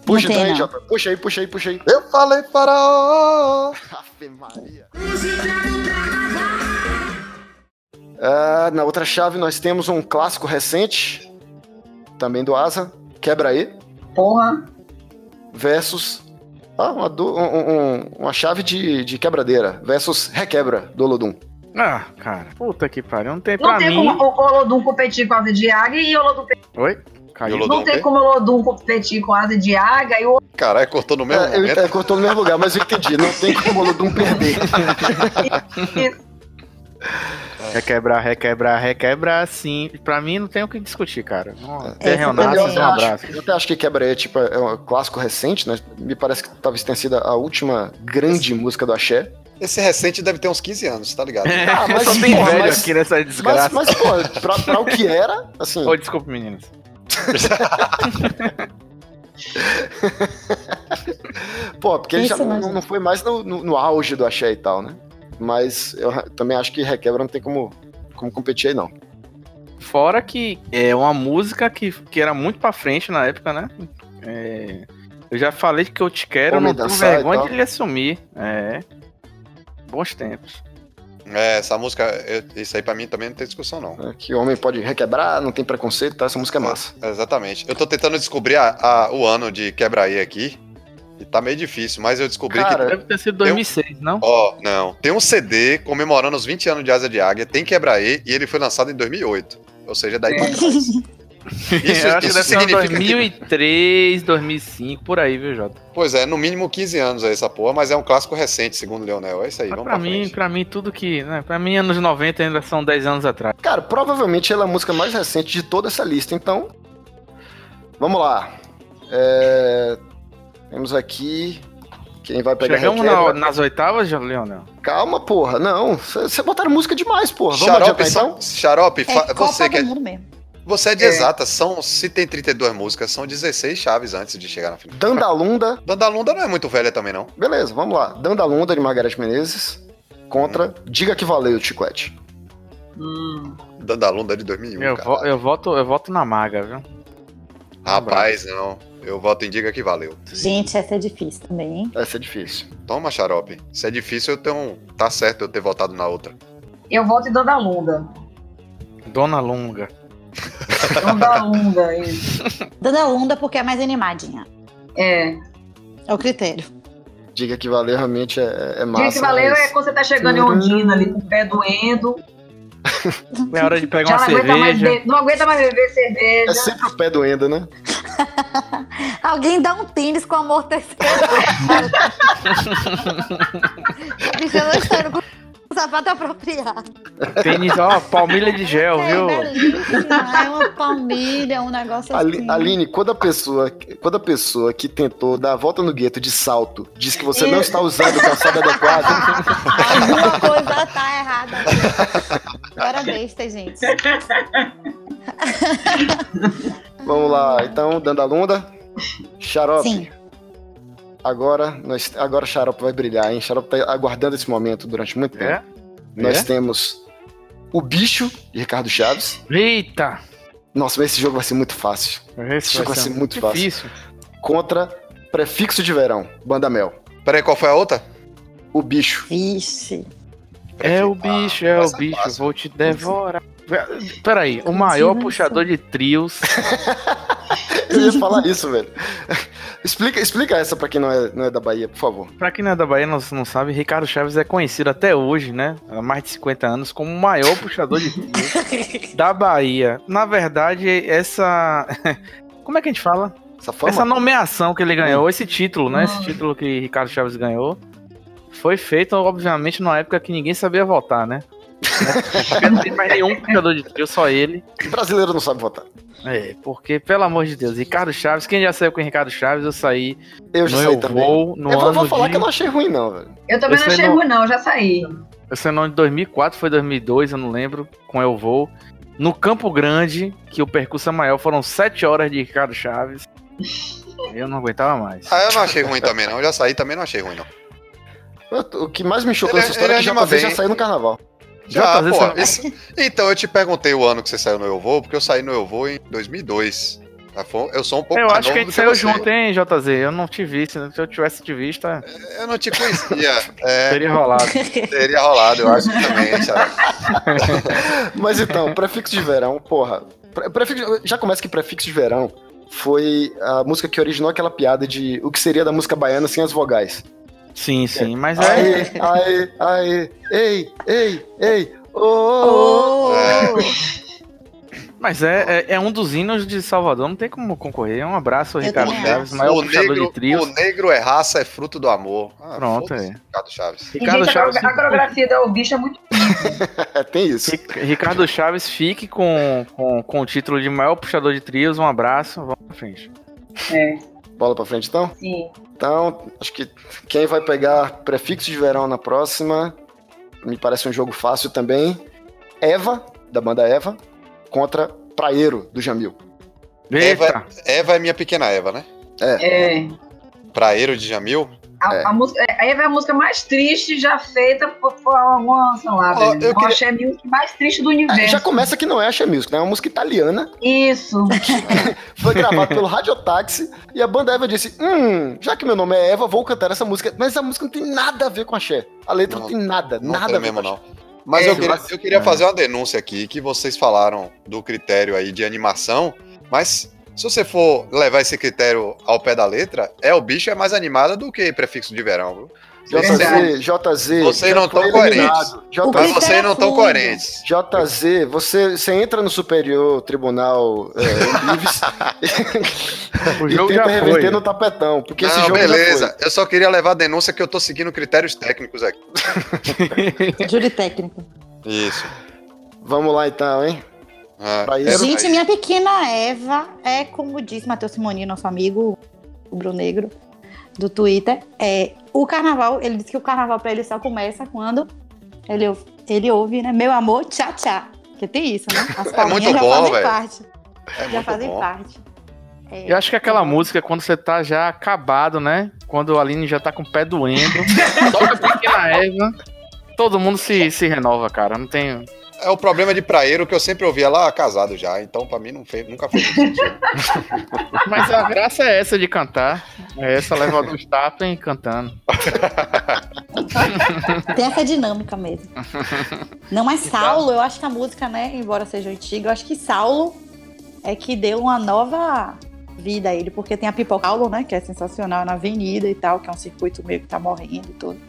Puxa
Não tem,
também,
não.
Jota. Puxa aí, puxa aí, puxa aí.
Eu falei faraó.
Ave Maria. É, na outra chave nós temos um clássico recente. também do Asa, Quebra aí,
Porra.
versus ah, uma, do- um- um- uma chave de, de quebradeira, versus Requebra do Olodum.
Ah, cara. Puta que pariu. Não tem
Não
pra
tem
mim.
como o Olodum competir com a asa de águia e o Olodum
Oi? Caiu.
Olodum
Não tem
quê?
como o Olodum competir com a asa de águia e o
Caralho, cortou no mesmo
É, eu,
momento.
é, cortou no mesmo lugar, mas eu entendi. Não tem como o Olodum perder.
Requebrar, requebrar, requebrar, sim. assim, Pra mim não tem o que discutir, cara. Não-
É.
Terra
É, eu
Natas,
também
um
acho.
abraço.
Eu até acho que Quebra aí é, tipo, é um clássico recente, né? Me parece que talvez tenha sido a última grande música do Axé.
Esse recente deve ter uns 15 anos, tá ligado?
Ah, mas
Só tem
porra,
velho
mas-
aqui nessa
Mas,
desgraça.
mas pô, pra, pra o que era, assim,
Ô, desculpa, meninas.
pô, porque ele já
Isso
não,
mesmo.
não foi mais no, no- no auge do Axé e tal, né? Mas eu ra- também acho que Requebra não tem como, como competir aí, não.
Fora que é uma música que, que era muito pra frente na época, né? É, eu já falei que eu te quero,
Homem
não tenho
dançar e
vergonha
tal.
de lhe assumir. É. Bons tempos.
É, essa música, eu- isso aí pra mim também não tem discussão, não.
É, Que o homem pode requebrar, não tem preconceito, tá? Essa música é massa.
Exatamente. Eu tô tentando descobrir a- a- o ano de quebra-aí aqui. E tá meio difícil, mas eu descobri que.
Cara,
Deve ter sido
Eu-
2006, não?
Ó, não. Tem um CD comemorando os 20 anos de Asa de Águia, tem quebra-aí, e ele foi lançado em 2008. Ou seja,
Hum.
daí pra trás. Isso,
eu É, acho que
isso
deve ser um uns
significa. Que,
2003, 2005, por aí, viu, Jota?
pois é, no mínimo 15 anos aí essa porra, mas é um clássico recente, segundo o Leonel. É isso aí,
Mas
vamos
pra
pra
mim,
frente.
pra mim, tudo que. Né, pra mim, anos 90 ainda são 10 anos atrás.
Cara, provavelmente ela é a música mais recente de toda essa lista, então. Vamos lá. É, Temos aqui. Quem vai pegar
Chegamos na-
requebra.
nas oitavas, Jo- Leonel?
Calma, porra. Não, você botaram música demais, porra. Vamos
Xarope,
adiantar
são-
então?
Xarope,
É
fa-
Copa
você que é,
do Mundo mesmo.
você é de
É.
exata, são, se tem 32 músicas, são 16 chaves antes de chegar na final.
Dandalunda.
Dandalunda não é muito velha também, não.
Beleza, vamos lá. Dandalunda de Margareth Menezes contra Diga que Valeu, Chiclete.
Hum.
Dandalunda é de 2001,
Eu,
cara.
vo- eu, voto, eu voto na maga, viu?
Rapaz, não. Eu voto em Diga que valeu.
Gente, essa é difícil também, hein?
Essa é difícil.
Toma, xarope. Se é difícil, eu tenho. Tá certo eu ter votado na outra.
Eu volto em Dandalunda.
Dona Lunga.
Dandalunda, isso.
Dona Lunda, porque é mais animadinha.
É.
É o critério.
Diga que Valeu realmente é, é massa.
Diga que valeu
mas-
é quando você tá chegando em Ondina ali, com o pé doendo.
É hora de pegar
Já
uma
não aguenta, mais
cerveja.
be- não aguenta mais beber cerveja.
É sempre o pé doendo, né?
Alguém dá um tênis com amortecedor. A bicha não está no com o um sapato apropriado.
Tênis, ó, palmilha de gel,
é,
viu?
né?
belíssima, é uma palmilha, um negócio
Ali-
assim.
Aline, quando a, pessoa, quando a pessoa que tentou dar a volta no gueto de salto diz que você
E-
não está usando o calçado adequado,
Alguma coisa tá errada. Eu era besta, gente.
vamos lá. Então, Dandalunda, Xarope.
Sim.
Agora, nós, agora Xarope vai brilhar, hein? Xarope tá aguardando esse momento durante muito tempo.
É?
Nós
É?
temos O Bicho, de Ricardo Chaves.
Eita!
Nossa, mas esse jogo vai ser muito fácil.
Esse
vai ser muito fácil.
difícil.
Contra Prefixo de Verão, Banda Mel.
Peraí, qual foi a outra?
O Bicho.
Vixe.
É o bicho, é
Ah,
o
essa
bicho,
fácil.
vou te devorar. Peraí, o maior
né?
Sim,
puxador de trios.
Eu ia falar isso, velho. explica, explica essa pra quem não é, não é da Bahia, por favor.
Pra quem não é da Bahia não, não sabe, Ricardo Chaves é conhecido até hoje, né? Há mais de 50 anos, como o maior puxador de trios da Bahia. Na verdade, essa. Como é que a gente fala?
Essa fama?
Essa nomeação que ele ganhou, esse título, né? Esse título que Ricardo Chaves ganhou, foi feito, obviamente, numa época que ninguém sabia votar, né? não tem mais nenhum puxador de trio, só ele.
Brasileiro não sabe votar.
É, porque, pelo amor de Deus, Ricardo Chaves, quem já saiu com Ricardo Chaves, eu saí
Eu
no
já
Eu
sei também.
Vou, no
eu vou, vou
ano
falar
de...
que eu não achei ruim, não, velho.
Eu também
Eu
não
sei
achei
não.
ruim, não, já saí.
Eu sei não, de 2004, foi 2002, eu não lembro, com Eu Vou. No Campo Grande, que o percurso é maior, foram sete horas de Ricardo Chaves. Eu não aguentava mais.
Ah, eu não achei ruim também, não. Eu já saí também não achei ruim, não.
Eu- O que mais me chocou
Ele-
nessa história é que
ele
já,
anima
talvez
bem.
já saiu no carnaval.
Já,
JZ,
pô.
você-
esse- Então, eu te perguntei o ano que você saiu no Eu Vou, porque eu saí no Eu Vou em 2002. Tá bom? Eu sou um pouco
eu
mais
acho que a
novo
gente
do que
saiu
você.
junto, hein, JZ? Eu não te vi, se eu tivesse te visto, é,
Eu não te conhecia. É,
teria rolado.
teria rolado, eu acho que também, sabe?
Mas então, prefixo de verão, porra. Pre- prefixo- já começa que prefixo de verão foi a música que originou aquela piada de o que seria da música baiana sem as vogais.
Sim, sim, mas
Aê,
é.
aê, aê, ei, ei, ei, ô, ô, ô.
Oh!
É,
Mas é, é, é um dos hinos de Salvador, não tem como concorrer. Um abraço, ao
Eu
Ricardo
também
Chaves, maior
o,
puxador
negro,
de trios.
o negro é raça, é fruto do amor. Ah,
Pronto,
foda-se,
é.
Ricardo Chaves.
E,
Ricardo
gente, a
Chaves.
coreo- a coreografia do bicho é muito.
É, tem isso.
Ri- Ricardo Chaves, fique com, com, com o título de maior puxador de trios. Um abraço, vamos pra frente.
É,
Bola pra frente então?
sim.
Então, acho que quem vai pegar prefixo de verão na próxima, me parece um jogo fácil também. Eva, da banda Eva, contra Praeiro, do Jamil.
Eita!
Eva é minha pequena Eva, né?
É.
Praeiro de Jamil.
A,
É.
a música, é, aí vai a música mais triste já feita por, por alguma, sei lá,
Ó, eu
oh,
queria-
achei a música mais triste do
Ah,
universo.
Já começa que não é Asha Music, né? É uma música italiana.
Isso.
Foi gravada pelo Radiotaxi e a banda Eva disse: Hum, já que meu nome é Eva, vou cantar essa música. Mas a música não tem nada a ver com Axé. A letra não,
Não,
tem nada,
Não
nada
tem
a ver
mesmo,
com axé.
não. Mas
É,
eu queria,
mas-
eu queria fazer uma denúncia aqui, que vocês falaram do critério aí de animação, mas se você for levar esse critério ao pé da letra, é o bicho é mais animada do que prefixo de verão. Viu? Vocês-
JZ,
Verdade.
JZ.
Vocês não
foi
tão coerentes.
eliminado.
O
Mas
JZ,
critério
vocês não estão
fundo.
coerentes.
JZ, você, você entra no Superior Tribunal é, Ives
O
e
jogo
tenta
já foi.
reverter no tapetão, porque esse
não,
jogo é
beleza. Eu só queria levar a denúncia que eu tô seguindo critérios técnicos aqui.
Júri técnico.
Isso.
já foi. Vamos lá então, hein?
Ah,
Pra
era-
isso-
Gente, minha pequena Eva é, como diz Matheus Simoni, nosso amigo, o Bruno Negro, do Twitter, é o carnaval, ele disse que o carnaval pra ele só começa quando ele, ouve- ele ouve, né? Meu amor, tchá tchá. Porque tem isso, né? As palminhas
É muito
já
bom,
fazem
velho.
parte.
é
já
muito
fazem
bom.
parte. É,
Eu acho que aquela música, é quando você tá já acabado, né? Quando a Aline já tá com o pé doendo. Toca pequena Eva. Todo mundo se, se renova, cara. Não tem.
É o problema de praeiro que eu sempre ouvia lá casado já, então pra mim não fez, nunca fez muito sentido.
Mas a graça é essa de cantar. É essa leva do Stappen cantando.
Tem essa dinâmica mesmo. Não, mas Saulo, eu acho que a música, né, embora seja antiga, eu acho que Saulo é que deu uma nova vida a ele, porque tem a Pipoca Saulo, né, que é sensacional na avenida e tal, que é um circuito meio que tá morrendo e tudo.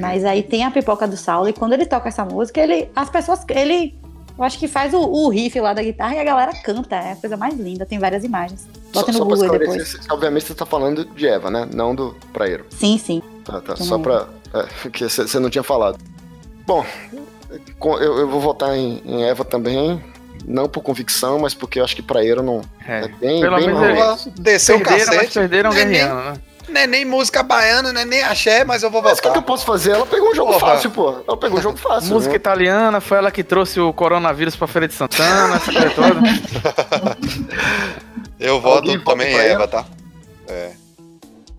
Mas aí tem a Pipoca do Saulo e quando ele toca essa música, ele as pessoas, ele eu acho que faz o, o riff lá da guitarra e a galera canta, é a coisa mais linda, tem várias imagens. Bota no Google aí depois.
você- obviamente você tá falando de Eva, né? Não do Praeiro.
Sim, sim.
Tá, tá.
Tá
Só
bom.
pra. É, que você você não tinha falado. Bom, com- eu, eu vou votar em, em Eva também. Não por convicção, mas porque eu acho que Praeiro não. É,
É.
bem,
Pelo
bem
menos
mal.
é-
Porra, Desceu o
Perderam, mas
cacete.
perderam
Neném.
guerreando, né?
Não é nem música baiana, não é nem axé, mas eu vou
Mas o que,
votar.
que eu posso fazer? Ela pegou um jogo
Porra.
fácil, pô. Ela pegou um jogo fácil.
Música italiana, foi ela que trouxe o coronavírus pra Feira de Santana, essa coisa toda.
Eu voto
Alguém vota
também em
pra
Eva, tá? É.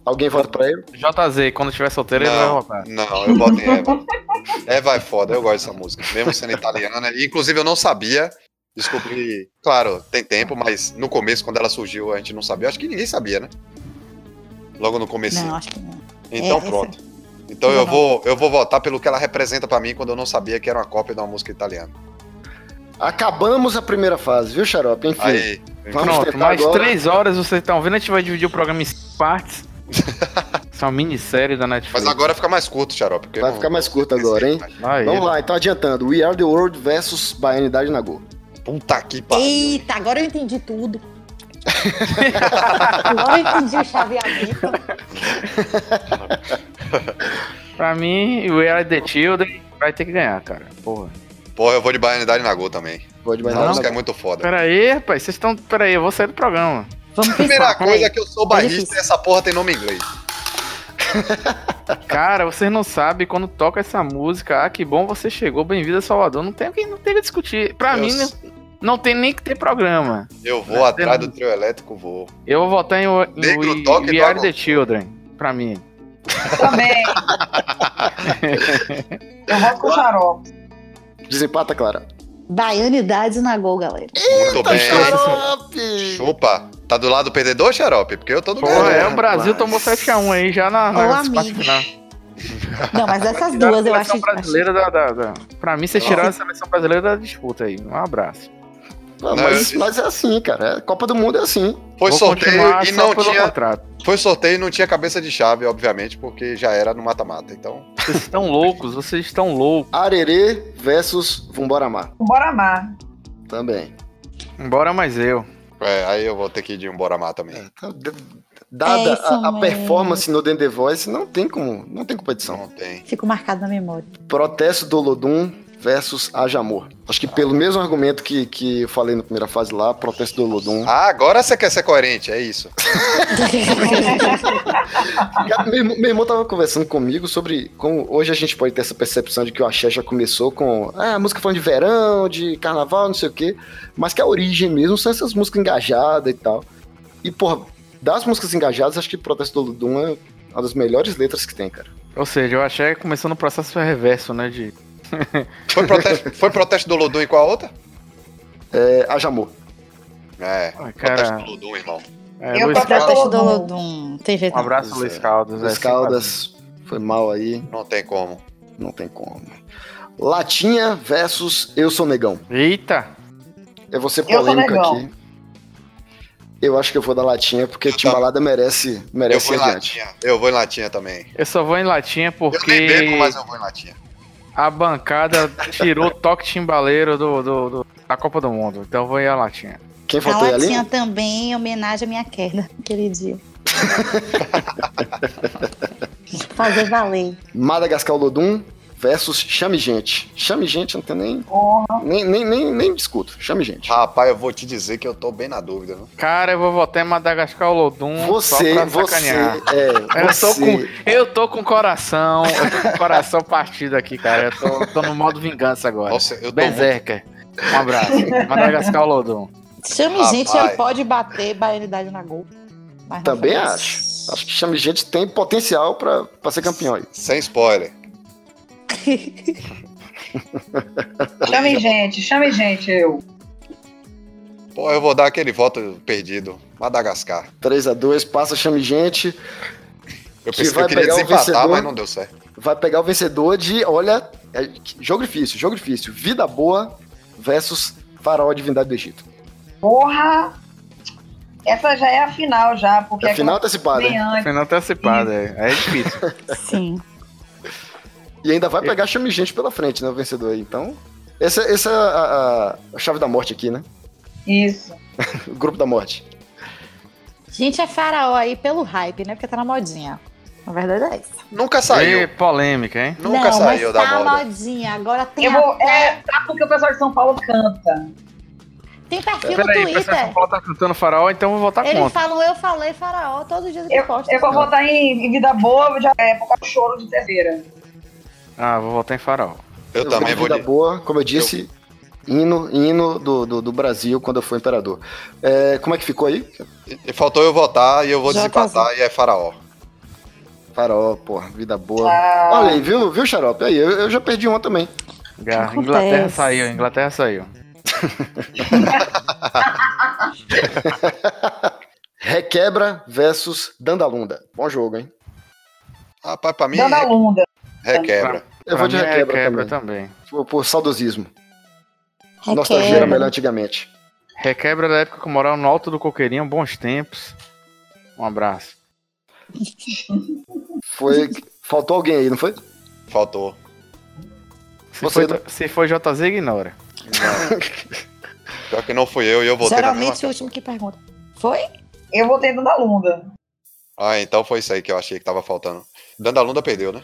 Alguém vota pra ele?
JZ, quando tiver solteiro, ele vai
não,
voltar.
não, eu voto em Eva. Eva é foda, eu gosto dessa música, mesmo sendo italiana. E, Inclusive, eu não sabia. Descobri, claro, tem tempo, mas no começo, quando ela surgiu, a gente não sabia. Acho que ninguém sabia, né? Logo no começo.
Não, acho que não.
Então
É, essa-
pronto. Então
Não,
eu
não.
vou, eu vou votar pelo que ela representa pra mim quando eu não sabia que era uma cópia de uma música italiana.
Acabamos a primeira fase, viu, Xarope? Enfim.
Aí,
Vamos
Pronto,
tentar
mais
agora.
três horas vocês estão vendo, a gente vai dividir o programa em cinco partes. Isso é uma minissérie da Netflix.
mas agora fica mais curto, Xarope. porque
Vai
não-
ficar mais curto agora, hein?
Aí.
Vamos lá, então adiantando. We Are The World versus Baianidade na Go.
Puta que pariu.
Eita, agora eu entendi tudo. agora eu entendi o chaveamento.
Pra mim, We Are The Children vai ter que ganhar, cara. Porra.
Porra, eu vou de Baianidade na Go também.
Vou de
Essa
Não.
Baianidade
música
na
é muito foda.
Pera aí, rapaz, vocês estão... Pera aí, eu vou sair do programa.
Vamos
Primeira
pensar.
coisa é que eu sou barrista
difícil.
e essa porra tem nome em inglês.
Cara, vocês não sabem quando toca essa música. Ah, que bom você chegou, bem-vindo a Salvador. Não tem o que não tem o que discutir. Pra
Eu
mim,
s-
não, não tem nem que ter programa.
Eu vou
Não,
atrás
tem-
do trio elétrico, vou.
Eu vou votar em, We- em
Negro
We,
toca e
We Are
toca.
The Children, pra mim.
Também. Eu voto com o xarope.
Go. Desempata, Clara.
Baianidades na gol, galera.
Muito
É,
bem.
Xarope!
Chupa. Tá do lado do perdedor, Xarope? Porque eu tô né? do
Porra, é, o
ganhador.
Brasil
rapaz.
tomou 7x1 aí já na,
Ô,
na
amigo.
quarta final.
Não, mas essas
Tiraram
duas eu
a seleção
acho.
brasileira da, da, da- Pra mim, vocês tiraram a seleção brasileira da disputa aí. Um abraço.
Ah,
Não,
mas,
eu-
mas é assim, cara. É, Copa do Mundo é assim.
Foi
Vou
sorteio
continuar
e
só
não
pelo
tinha.
contrato.
Foi sorteio e não tinha cabeça de chave, obviamente, porque já era no mata-mata. Então,
Vocês estão loucos, vocês estão loucos.
Arerê versus Vumboramá.
Bora amar.
Também.
Embora mais eu.
é, aí eu vou ter que ir de um Boramá
É,
também.
Então, d- Dada
É isso
a, a
mesmo.
performance no The Voice, não tem como, não tem competição.
então.
Não Então, tem.
Fico marcado na memória.
Protesto do Olodum versus Haja Amor. Acho que pelo mesmo argumento que, que eu falei na primeira fase lá, protesto do Olodum.
Ah, agora você quer ser coerente, é isso.
Cara, meu, irmão- meu irmão tava conversando comigo sobre como hoje a gente pode ter essa percepção de que o axé já começou com ah, a música falando de verão, de carnaval, não sei o quê, mas que a origem mesmo são essas músicas engajadas e tal. E, porra, das músicas engajadas, acho que Protesto do Ludum é uma das melhores letras que tem, cara.
Ou seja, eu achei que começou no processo reverso, né? De...
Foi protesto, foi protesto do Lodum e qual a outra?
É, Haja Amor.
É,
Ai,
protesto
Ah, cara.
do Lodum, irmão.
É,
Eu
Luiz
protesto
Caldas.
Protesto do Olodum. Tem jeito
Um abraço,
Pois
Luiz
é.
Caldas. é,
Os Caldas, foi mal aí,
Não tem como.
não tem como. Latinha versus Eu Sou Negão.
sempre- Eita!
Eu vou ser
Eu Sou
polêmico
Negão.
aqui. Eu acho que eu vou dar latinha, porque
Eu tô-
Timbalada merece,
Eu
merece
vou em
é
adiante.
latinha. Eu vou em latinha também.
Eu só vou em latinha
Eu nem
porque
bebo, mas eu vou em latinha.
a bancada tirou o toque timbaleiro do, do- do- da Copa do Mundo. Então eu vou em a latinha.
Quem
A
faltou aí, Aline?
latinha também, em homenagem à minha queda naquele dia. Fazer valer.
Madagascar Lodum versus Chame Gente. Chame Gente, não tem nem. Nem, nem, nem, nem discuto. Chame Gente.
Ah,
Rapaz, eu vou te dizer que eu tô bem na dúvida, viu?
Cara, eu vou votar em Madagascar Olodum
Você,
só pra
você.
sacanear.
É,
Eu tô,
você.
com, eu tô com coração, eu tô com coração partido aqui, cara. Eu tô, tô no modo vingança agora.
Nossa, eu tô muito...
Berserker. Um abraço. Madagascar Olodum.
Chame
Rapaz.
gente, ele pode bater baianidade na gol. Mas não
Também
faz
acho.
isso.
Acho que Chame Gente tem potencial pra, pra ser campeão aí.
sem spoiler.
Chame gente, chame gente, eu.
Pô, eu vou dar aquele voto perdido. Madagascar.
3x2, passa Chame Gente.
Eu
Que
pensei que
vai
eu queria
pegar o
desempatar,
vencedor.
mas não deu certo.
Vai pegar o vencedor de. Olha, é, jogo difícil, jogo difícil. Vida Boa versus Faraó Divindade do Egito. É
Porra! Essa já é a final, já, porque
É a final
aquela
antecipada.
vem
hein?
antes.
Final antecipado, é, é difícil.
Sim.
E ainda vai pegar Chame Gente pela frente, né? O vencedor aí. Então. Essa, essa é a- a- a chave da morte aqui, né?
Isso.
O grupo da morte.
Gente, é faraó aí pelo hype, né? Porque tá na modinha. Na verdade é isso.
Nunca saiu.
E polêmica, hein?
Nunca
não,
saiu
mas
da
tá
moda.
modinha. Agora tem,
Eu vou.
até-
É, tá porque o pessoal de São Paulo canta.
tem perfil no
Peraí, o pessoal de São
Twitter.
Paulo tá cantando faraó, então eu vou votar
Eles
contra.
falam, eu falei faraó todos os dias que
Eu,
posto.
eu vou votar em, em Vida Boa, já é por causa do choro de terceira.
Ah, vou votar em faraó.
Eu, também
gosto
vou
de vida
de...
boa, como eu disse, hino, hino do, do, do Brasil quando eu fui imperador. É, como é que ficou aí?
E Faltou eu votar e eu vou
Já
desempatar e é faraó.
Farol, porra, vida boa.
Ah.
Olha aí, viu, viu, Xarope? Aí, eu, eu já perdi uma também.
Já,
acontece?
Inglaterra saiu, Inglaterra saiu.
Requebra versus Dandalunda. Bom jogo, hein?
Rapaz, pra mim,
Dando a Lunda.
re- requebra.
Pra
Eu vou de
mim é
requebra,
requebra
também.
também.
Por, por saudosismo.
Requebra.
Nostalgia era melhor antigamente.
Requebra é da época que eu morava no Alto do Coqueirinho, bons tempos. Um abraço.
Foi. Faltou alguém aí, não foi?
Faltou.
Se,
Você
foi, se foi JZ, ignora.
Pior que não fui eu e eu votei na
Geralmente
mesma.
o último que pergunta. Foi?
Eu votei Dando a Lunda.
Ah, então foi isso aí que eu achei que tava faltando. Dandalunda perdeu, né?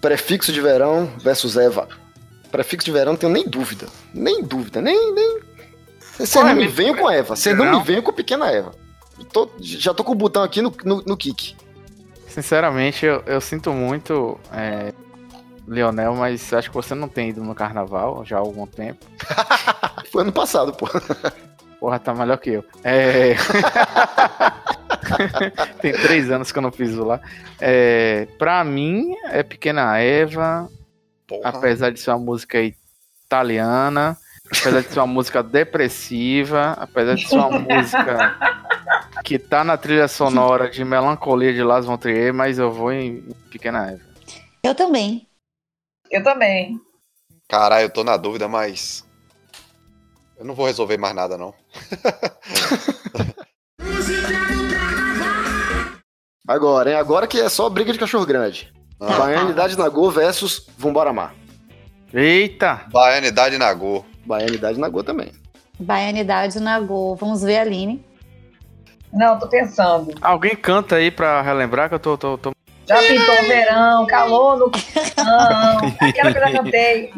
Prefixo de verão versus Eva. Prefixo de verão, não tenho nem dúvida. Nem dúvida, nem. nem... Vocês
Qual é
não me
mesmo?
venham com Eva. Vocês não
Verão?
me venham com pequena Eva. Eu tô- já tô com o botão aqui no, no, no kick.
Sinceramente, eu, eu sinto muito, é, Leonel, mas acho que você não tem ido no carnaval já há algum tempo.
Foi ano passado, pô.
Porra, tá melhor que eu. É... tem três anos que eu não piso lá. É, pra mim, é Pequena Eva,
Porra.
apesar de ser uma música italiana, apesar de ser uma música depressiva, apesar de ser uma música que tá na trilha sonora de Melancolia de Lars von Trier, mas eu vou em Pequena Eva.
Eu também.
Eu também.
Caralho, eu tô na dúvida, mas. Eu não vou resolver mais nada, não.
Agora, hein? Agora que é só briga de cachorro grande.
Ah.
Baianidade Nagô versus Vumbaramá.
Eita!
Baianidade Nagô.
Baianidade Nagô também.
Baianidade na Go. Vamos ver a Aline.
Não, tô pensando.
Alguém canta aí pra relembrar que eu tô. tô, tô...
Já pintou o verão, calor no verão. Aquela que eu já cantei.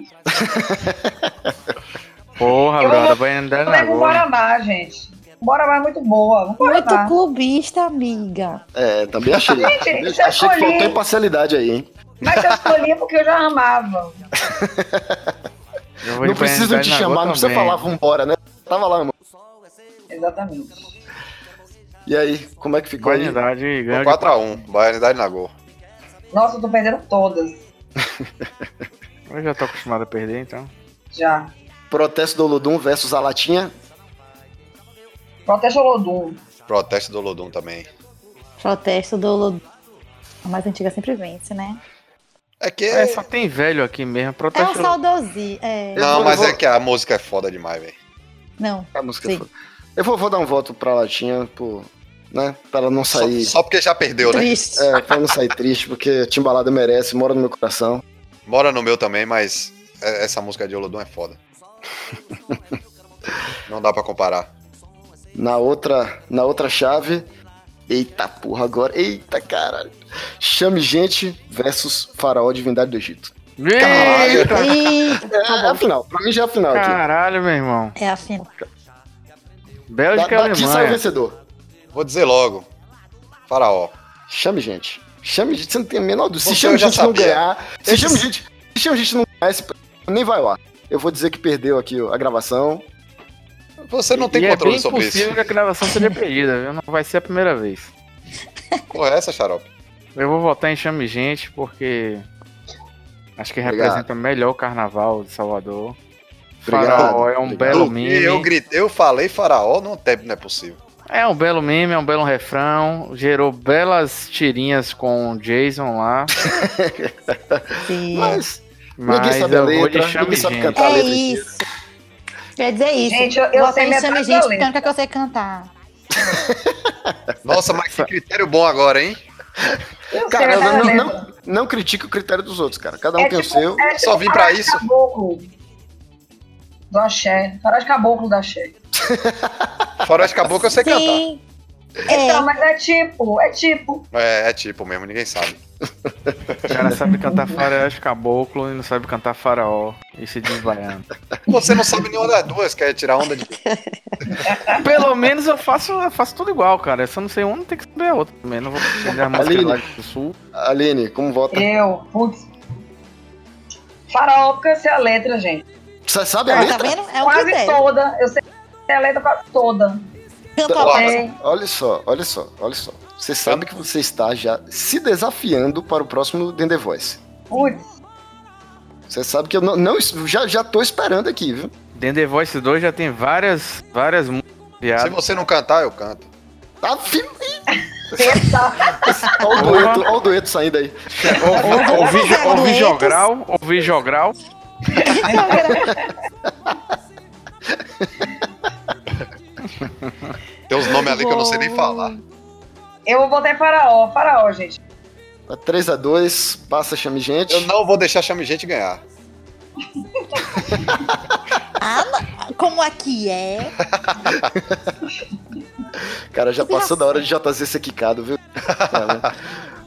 Porra,
Eu
brother,
vou-
É
Baianidade
Eu levo o
Nagô.
Guaramá, gente. O Guaramá é muito boa. Vamos
Muito
Guaramá.
clubista, amiga.
É, também achei.
Gente, isso é
achei que faltou
colinho.
imparcialidade aí, hein?
Mas eu escolhi porque eu já amava.
Eu vou de
Não precisam
Baianidade
te
Nagô
chamar, não precisa
também.
falar Vambora, né? Tava lá, mano.
Exatamente.
E aí, como é que ficou? aí?
Baianidade ganhou de
4x1, Baianidade Nagô.
Nossa, eu tô perdendo todas.
Eu já tô acostumado a perder, então.
Já.
Protesto do Olodum versus a Latinha.
Protesto Olodum.
Protesto do Lodum também.
Protesto do Lod... A mais antiga sempre vence, né?
É que.
É, só tem velho aqui mesmo.
É um
Protesto.
saudosinho. É.
Não,
Eu
mas
vou-
é que a música é foda demais, velho.
Não.
A música
Sim.
foi. Eu vou, vou dar um voto pra Latinha, por, né? Pra ela não
Só,
sair.
só porque já perdeu, né?
Triste.
É, pra ela não sair triste, porque Timbalada merece, mora no meu coração.
Mora no meu também, mas é- essa música de Olodum é foda. Não dá pra comparar.
Na outra, na outra chave. Eita porra, agora. Eita caralho. Chame gente versus Faraó Divindade do Egito. um
Eita!
Ih,
É, é a final. Pra mim já é a final
Ah,
aqui.
Caralho, meu irmão.
é a final.
Da,
Bélgica e
é
daqui sai o
Alemanha.
vencedor.
Vou dizer logo. Faraó.
Chame gente. Chame gente. Você não tem a menor dúvida. Se
Você
chame
já
gente não
sabia.
ganhar. Se
Esse-
chame gente. Se chame gente não ganhar, esse nem vai lá. Eu vou dizer que perdeu aqui ó, a gravação.
Você não tem
e é
controle
bem
sobre
possível
isso.
que a gravação seja perdida, viu? Não vai ser a primeira vez.
Porra, é essa, Xarope?
Eu vou votar em Chame Gente, porque acho que
Obrigado.
representa melhor o carnaval de Salvador.
Obrigado.
Faraó é um
Obrigado.
belo
Do-
meme.
Eu gritei, eu falei faraó, não, tem, não é possível.
É um belo meme, é um belo refrão. Gerou belas tirinhas com o Jason lá.
Sim.
Mas
Mas
ninguém sabe a
eu vou
letra,
de Chame
ninguém sabe
Gente.
cantar a
É
letra.
isso. Quer dizer isso.
Gente, eu- eu
Bota
sei
em
metade
chame
da
gente, porque
letra.
eu não quero que eu sei cantar.
Nossa, mas que critério bom agora, hein?
Eu
Cara,
sei,
não,
eu
não,
lembro.
não critique o critério dos outros, cara. Cada um
É
tem
tipo-
o seu.
é
só
tipo
vim pra
Farol de
isso.
Caboclo. Do axé. Farol de caboclo do axé.
Faraó de caboclo eu sei cantar.
Sim. É.
Então, mas é tipo, é tipo.
É, é tipo mesmo, ninguém sabe.
O cara sabe cantar Faraó de Caboclo e não sabe cantar Faraó. E se diz baiano.
Você não sabe nenhuma das duas, quer tirar onda de.
Pelo menos eu faço, eu faço tudo igual, cara. Eu só não sei um, tem que saber a outra também. Não vou entender a música
Aline.
lá do Sul.
Aline, como vota?
Eu, putz. Farol, porque eu sei a letra, gente.
Você sabe a
Ó, tá
letra?
vendo? É um
quase
critério.
toda. Eu sei é a letra quase toda.
Canta
Ó,
lá.
É,
Olha só, olha só, olha só. Você sabe que você está já se desafiando para o próximo Dende Voice.
putz.
Você sabe que eu não, não- já, já tô esperando aqui, viu?
Dentro The Voice 2 já tem várias, várias músicas
Se
viadas.
você não cantar, eu canto.
Tá vindo.
Eita.
Olha o dueto, ó o dueto saindo aí.
Ouvi, ouvi, ouvi
Duetos.
jogral, ouvi jogral.
Tem uns nomes ali que eu não sei nem falar.
Eu vou botar em faraó. Faraó, gente.
Tá 3x2, passa, chame gente.
Eu não vou deixar Chame Gente ganhar.
Ah, não. como aqui é?
Cara, já passou da hora de JZ ser quicado, viu? Tá, né?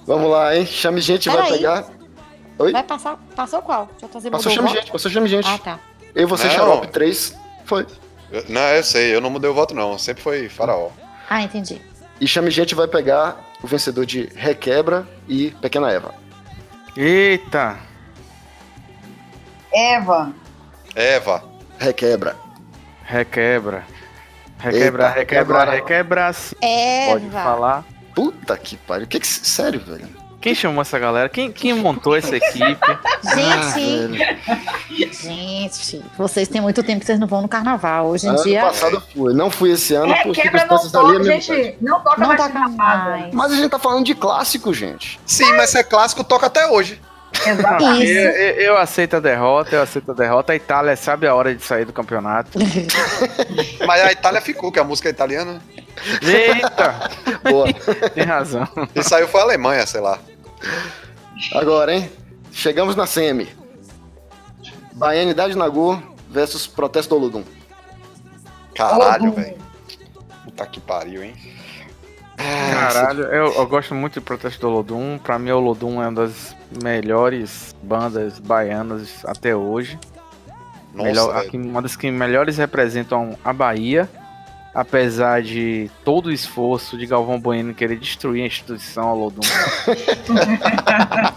Vamos lá, hein? Chame gente, vai
Peraí.
pegar.
Vai passar. Passou qual? Já tá
Passou, chame gente, passou, chame gente.
Ah, tá.
Eu e você,
Não.
xarope 3. Foi.
Eu- não, eu sei, eu não mudei o voto, não. Sempre foi faraó.
Ah, entendi.
E Chame Gente vai pegar o vencedor de Requebra e Pequena Eva.
Eita!
Eva.
Eva.
Requebra.
Requebra. Requebra,
Eita,
requebra,
agora-
requebra. sim.
É,
Pode
Eva.
falar.
Puta que pariu. Que que, sério, velho?
Quem chamou essa galera? Quem, quem montou essa equipe?
Gente,
Ah, velho.
gente, vocês têm muito tempo que vocês não vão no carnaval. Hoje em
Ano
dia
passado eu fui. Não fui esse ano por
Requebra É, não
circunstâncias da
toca,
linha mesmo.
gente. Não toca
não tá toca
mais carnaval.
mais.
Mas a gente tá falando de clássico, gente.
Sim, mas se é clássico, toca até hoje.
né?
Eu,
Isso.
eu- eu aceito a derrota, eu aceito a derrota. A Itália sabe a hora de sair do campeonato.
Mas a Itália ficou, que a música é italiana.
Eita!
Boa.
Tem razão.
E saiu foi a Alemanha, sei lá.
Agora, hein? Chegamos na semi. Baianidade Nagu versus Protesto do Ludum.
Caralho, velho. Puta que pariu, hein?
Caralho, eu, eu gosto muito de Protesto do Lodum. Pra mim, o Lodum é uma das melhores bandas baianas até hoje.
Nossa,
Melhor- a
velho.
que- uma das que melhores representam a Bahia. Apesar de todo o esforço de Galvão Bueno em querer destruir a instituição, o Lodum.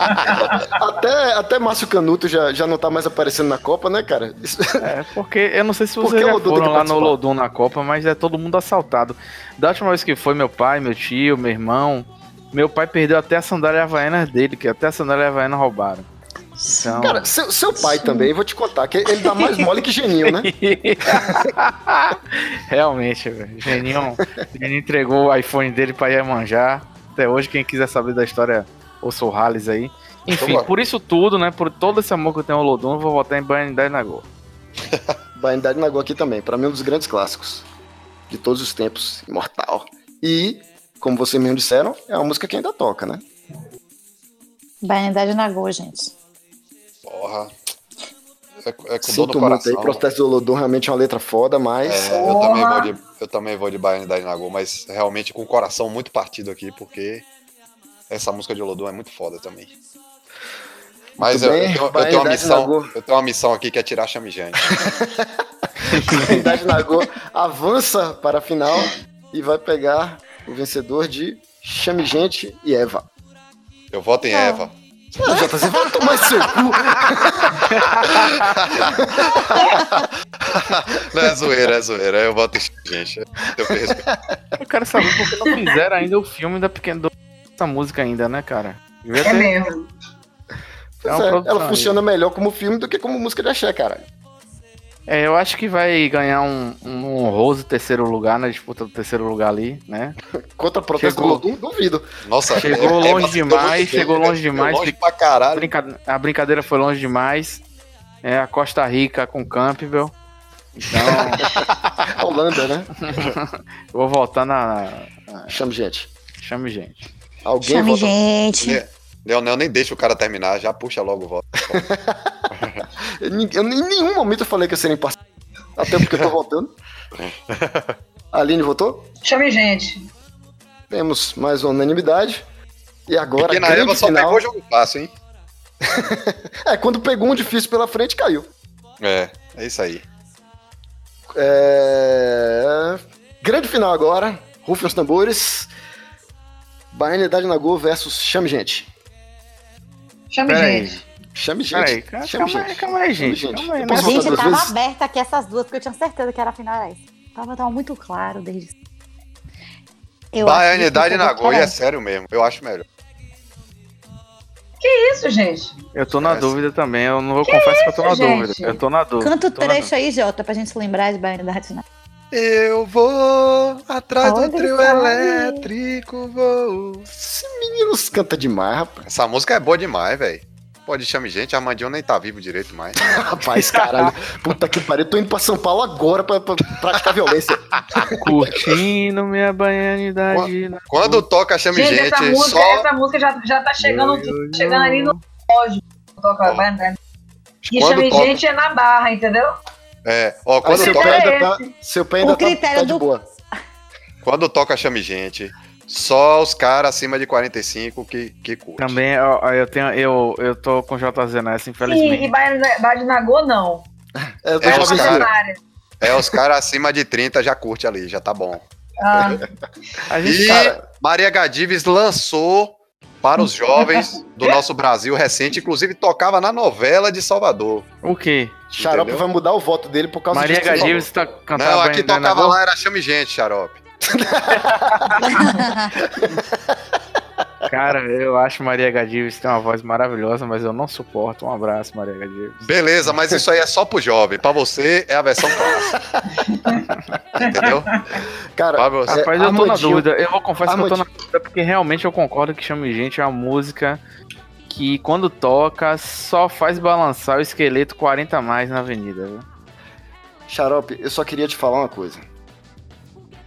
Até, até Márcio Canuto já, já não tá mais aparecendo na Copa, né, cara? Isso-
É, porque eu não sei se
Por
vocês
que o tá
já
Lodum tem
foram
que
lá no
participar?
Lodum na Copa, mas é todo mundo assaltado. Da última vez que foi, meu pai, meu tio, meu irmão, meu pai perdeu até a sandália havaiana dele, que até a sandália havaiana roubaram. Então...
Cara, seu, seu pai também, vou te contar, que ele dá mais mole que geninho, né?
Realmente, velho. Geninho, Geninho entregou o iPhone dele pra Iemanjá. Até hoje, quem quiser saber da história, ouça o Rales aí. Enfim,
Boa.
por isso tudo, né? Por todo esse amor que eu tenho ao Lodum, eu vou votar em Banidade na Gol.
Baianidade Nagu aqui também, pra mim um dos grandes clássicos de todos os tempos, imortal. E, como vocês mesmo disseram, é uma música que ainda toca, né?
Baianidade na Gol, gente.
Porra. É, é com dor
Sinto
no
muito aí,
coração.
Protesto do Ludum realmente é uma letra foda, mas...
É, eu, também vou de, eu também vou de Baiana da Inagô, mas realmente com o coração muito partido aqui, porque essa música de Olodum é muito foda também. Mas eu,
Muito
eu
bem,
tenho, eu tenho
Baiana
uma
da
missão,
Inagô.
eu tenho uma missão aqui que é tirar Chamijante.
Baianidade Nagô avança para a final e vai pegar o vencedor de Chame Gente e Eva.
Eu voto em
Ah.
Eva.
Ah, JZ, vai tomar seu cu.
Não, é zoeira, é zoeira. Eu voto em Chamijante. Eu tenho respeito.
Eu quero saber por que não fizeram ainda o filme da pequena do- essa música ainda, né, cara? Devia
É
ter-
mesmo.
É uma
Pois é,
produção
ela funciona melhor como filme do que como música de axé, caralho.
É, eu acho que vai ganhar um, um honroso terceiro lugar na disputa do terceiro lugar ali, né?
Contra a protesta do
Chegou.
Lodum, duvido.
Nossa, é,
Chegou longe
Eva se deu muito
demais, chegou
né?
longe demais,
Longe
fica-
pra
A,
caralho.
brinca- a brincadeira foi longe demais. É a Costa Rica com Campbell. Então,
A Holanda, né?
eu vou voltar na.
Chame gente.
Chame gente.
Alguém
Chame
vota-
gente.
Ne- Leonel nem deixa o cara terminar, já puxa logo o voto.
Eu nem- eu- Em nenhum momento eu falei que eu seria imparcial. Até porque eu tô votando. A Aline votou?
Chame gente.
Temos mais unanimidade. E agora,
Porque na
grande
Eva só
final.
pegou jogo fácil, hein?
É, quando pegou um difícil pela frente, caiu.
É, é isso aí.
É... Grande final agora. Rufem os tambores. Baianidade Nagô versus Chame Gente.
Chame
Peraí.
gente.
Chame gente.
Peraí, ca-
Chame
calma aí,
gente.
calma aí, gente.
Chame
Calma aí,
Eu
né?
posso
Gente,
votar
Gente,
duas
tava
vezes?
aberta aqui essas duas, porque eu tinha certeza que era a final era essa. Tava, tava muito claro desde. Eu acho que
Baianidade
eu
na
vou-
Goi é
peraí.
sério mesmo. Eu acho melhor.
Que isso, gente?
Eu tô na
Esquece.
dúvida também. Eu não vou confessar que eu tô na
isso,
dúvida.
gente?
Eu tô na dúvida.
Canta o
tô na dúvida.
trecho aí, Jota, pra gente lembrar de baianidade na
Eu vou atrás
Olha
do trio
só.
elétrico, vou.
Esse menino canta demais, rapaz.
Essa música é boa demais, velho. Pode chame gente, Armandinho nem tá vivo direito mais.
Rapaz, caralho. Puta que pariu. Tô indo pra São Paulo agora pra, pra praticar violência.
Curtindo minha baianidade. na-
Quando toca chame
Gente,
gente,
essa música, é
só.
essa música já, já tá chegando, chegando ali no pódio. Toca, vai andando. E
Quando
chame
toca.
gente é na barra, entendeu?
É, ó,
Aí
quando,
seu
toca,
pé,
é
ainda tá, seu pé ainda
O
tá,
critério
tá de
do-
boa.
quando toca chame gente, só os caras acima de 45 que, que curte.
Também, ó, ó, eu, tenho, eu, eu tô com JZ nessa,
Sim, e
infelizmente.
Baianidade Nagô, não.
É, do
É,
Jovem
os
Zé.
cara-
Missionária.
É, os caras acima de 30 já curte ali, já tá bom.
Ah,
A gente
E Maria Gadives lançou para os jovens do nosso Brasil recente, inclusive tocava na novela de Salvador.
O quê?
Xarope
Entendeu?
vai mudar o voto dele por causa
Maria
disso que você falou.
Gadives tá cantando
Não,
né,
aqui
Baianidade na
tocava
Gol?
lá era chame gente, xarope.
Cara, eu acho Maria Gadives tem uma voz maravilhosa, mas eu não suporto. Um abraço, Maria Gadives.
Beleza, mas isso aí é só pro jovem. Pra você é a versão clássica. Entendeu? Pra
Cara,
você.
Rapaz, eu tô na
Armandinho.
dúvida. Eu vou confessar que eu tô na
Armandinho.
dúvida porque realmente eu concordo que Chame Gente é uma música que quando toca só faz balançar o esqueleto 40 a mais na avenida. viu?
Xarope, eu só queria te falar uma coisa.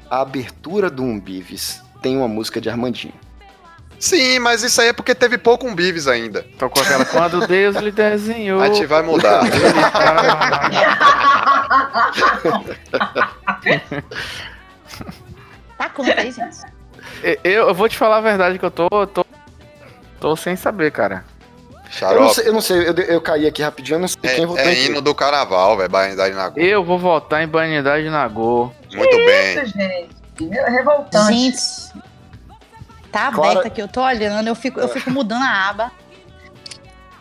A abertura do Umbives tem uma música de Armandinho.
Sim, mas isso aí é porque teve pouco um Bives ainda.
Tocou aquela quando Deus lhe desenhou.
A gente vai mudar.
Tá conta aí, gente.
E- Eu, eu vou te falar a verdade que eu tô, eu tô, tô sem saber, cara.
Eu não
Xarope,
sei, eu, não sei, eu, eu caí aqui rapidinho, eu não sei
é,
quem votou
é
em quem.
hino do carnaval, velho. Banidade na Go.
Eu vou votar em Banidade Nagô.
Muito bem.
Isso, gente. Meu, é revoltante.
Gente, tá aberta
Clara-
aqui, eu tô olhando, eu fico, eu fico mudando a aba.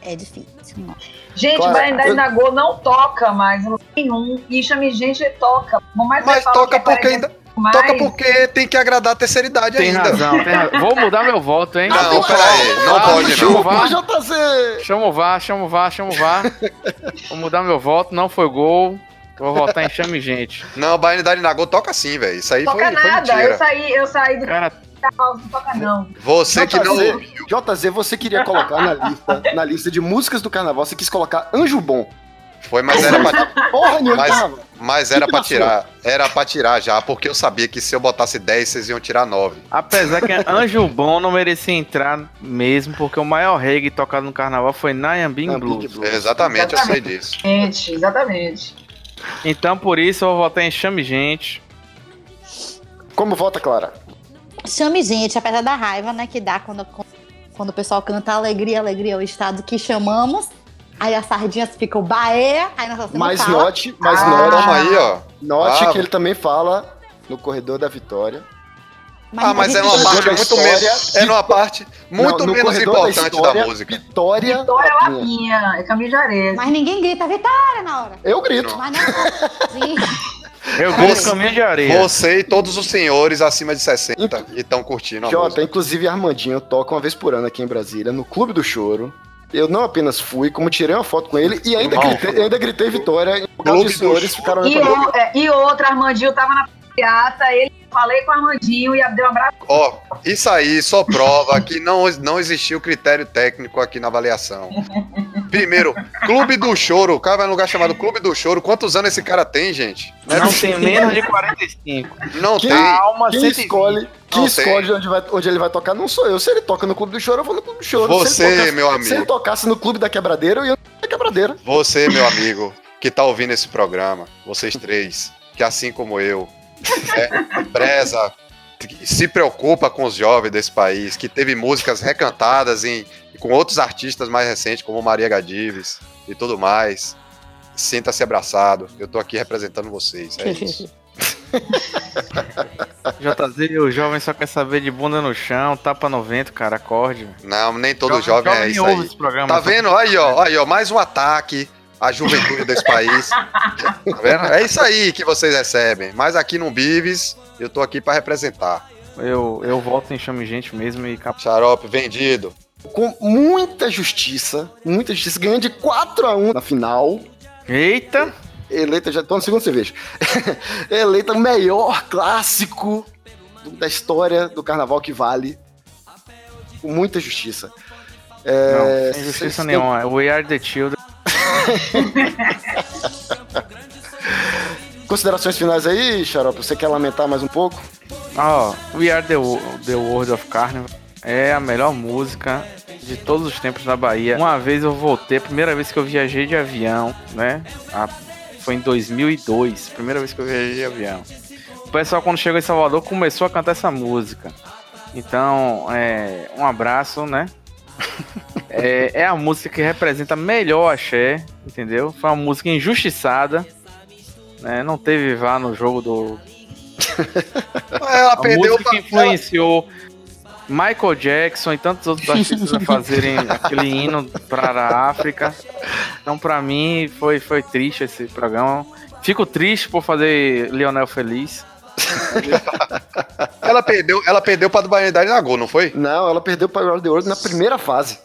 É difícil. não.
Gente,
Claro,
Banidade
eu-
na Go não toca mais em lugar nenhum. E chame gente toca. Por mais que
Mas
você fala
toca
que é
porque ainda.
mais,
Toca porque tem que agradar a terceira idade
Tem
ainda.
razão, tem razão. Vou mudar meu voto, hein?
Não, peraí, não
Ah,
pode
chama o
não.
VAR,
JZ!
chama o VAR, chama o VAR, chama o VAR. Vou mudar meu voto, não foi gol. Vou votar em Chame Gente.
Não, Banidade na Go toca sim, velho. Isso aí
Toca
foi, foi
nada. eu
mentira.
saí, eu saí do
Cara,
carnaval, não toca não.
Você que não.
JZ, você queria colocar na lista, na lista de músicas do carnaval, você quis colocar Anjo Bom.
Foi, mas era pra,
Porra nenhuma.
Mas-
carnaval.
mas era
Fique
pra
na sua.
tirar. Era pra tirar já, porque eu sabia que se eu botasse 10, vocês iam tirar 9.
apesar que Anjo Bom não merecia entrar mesmo, porque o maior reggae tocado no carnaval foi Nayambin
Ah,
Blues.
Big Blue.
Exatamente, eu sei disso.
Gente, exatamente.
Então por isso eu vou votar em Chame Gente.
Como vota, Clara?
Chame gente, apesar da raiva, né, que dá quando, quando o pessoal canta alegria, alegria, é o estado que chamamos. Aí as sardinhas ficam Bahia, aí nós só
Mais
fala.
note, mais
Ah.
note.
Toma aí, ó.
Note
Ah.
que ele também fala no corredor da vitória.
Ah, mas
a
é
gente-
numa
Corredor
parte
da
muito
tá história.
menos. É numa parte muito
Não, no
menos
corredor da
importante da,
história,
música. é-
Vitória.
Vitória
Lapinha.
Lapinha, é caminho de areia.
mas ninguém grita vitória na hora.
Eu grito.
Não.
Mas não. é Gente,
Eu gosto do caminho de areia.
Você e todos os senhores acima de 60 que estão curtindo a música.
Então, Jota, inclusive Armandinho toca uma vez por ano aqui em Brasília, no Clube do Choro. Eu não apenas fui, como tirei uma foto com ele e ainda,
Bom.
gritei, ainda gritei vitória. E por causa
Clube
dos
do
senhores
Choro.
ficaram
E,
olhando pra mim.
o- é, e outra, Armandinho tava na passeata, ele falei com o Armandinho e deu um abraço.
Ó, isso aí só prova que não, não existiu critério técnico aqui na avaliação. Primeiro, Clube do Choro. O cara vai num lugar chamado Clube do Choro. Quantos anos esse cara tem, gente?
Não tem menos de 45.
Não
Que-
tem.
Calma,
Quem
120.
escolhe, quem
Não
escolhe onde, vai- onde ele vai tocar não sou eu. Se ele toca no Clube do Choro, eu vou no Clube do Choro. se ele
Você,
tocasse,
meu
se ele
amigo.
tocasse no Clube da Quebradeira, eu ia na Quebradeira.
Você, meu amigo, que tá ouvindo esse programa. Vocês três, que assim como eu, né, preza, se preocupa com os jovens desse país, que teve músicas recantadas em, com outros artistas mais recentes, como Maria Gadives e tudo mais. Sinta-se abraçado. Eu tô aqui representando vocês. É isso.
JZ, o jovem só quer saber de bunda no chão, tapa no vento, cara, acorde.
Não, nem todo jovem, é isso
ouve
aí.
esse programa,
Tá
só-
vendo? Aí, ó, aí, ó, mais um ataque à juventude desse país. Tá vendo? É isso aí que vocês recebem. Mas aqui no Bives, eu tô aqui pra representar.
Eu, eu volto em Chame Gente mesmo e cap...
Xarope vendido.
Com muita justiça, muita justiça, ganhando de 4 a 1 na final.
Eita!
eleita, já tô no segundo cerveja, eleita o melhor clássico do- da história do carnaval que vale, com muita justiça. É,
não, sem justiça
vocês
nenhuma. é We Are The Children.
Considerações finais aí, Xarope, você quer lamentar mais um pouco?
Ah, Ó, We Are The, Wo- the World of Carnival é a melhor música de todos os tempos na Bahia. Uma vez eu voltei, a primeira vez que eu viajei de avião, né? A- foi em 2002, primeira vez que eu viajei de avião. O pessoal, quando chegou em Salvador, começou a cantar essa música. Então, é, um abraço, né? é, é a música que representa melhor o axé, entendeu? Foi uma música injustiçada. né? Não teve vá no jogo do
Ela
a
perdeu
música
pra...
que influenciou Michael Jackson e tantos outros artistas a fazerem aquele hino para a África. Então, pra mim, foi, foi triste esse programa. Fico triste por fazer Lionel feliz.
Ela perdeu, ela perdeu pra Dubanidade na Gol, não foi?
Não, ela perdeu para o de Ouro na primeira fase.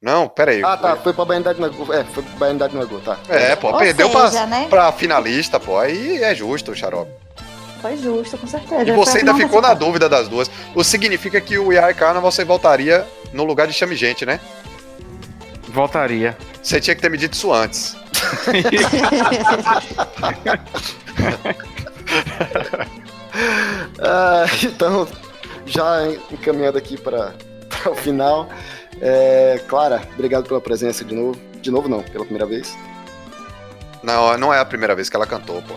Não, peraí.
Ah, tá, foi para Baianidade na Gol. É, foi para Baianidade na Gol, tá.
É, pô,
Ou
perdeu
seja,
pra,
né?
pra finalista, pô. Aí é justo, Xarope.
Foi justo, com certeza.
E
Eu espero
você ainda
que não
ficou na
tenha-
dúvida das duas. O que significa que o Yai Carnival você voltaria no lugar de Chame Gente, né?
Voltaria.
Você tinha que ter medido isso antes.
Ah, então, já encaminhando aqui para o final. é, Clara, obrigado pela presença de novo. De novo, não, pela primeira vez.
Não, não é a primeira vez que ela cantou, pô.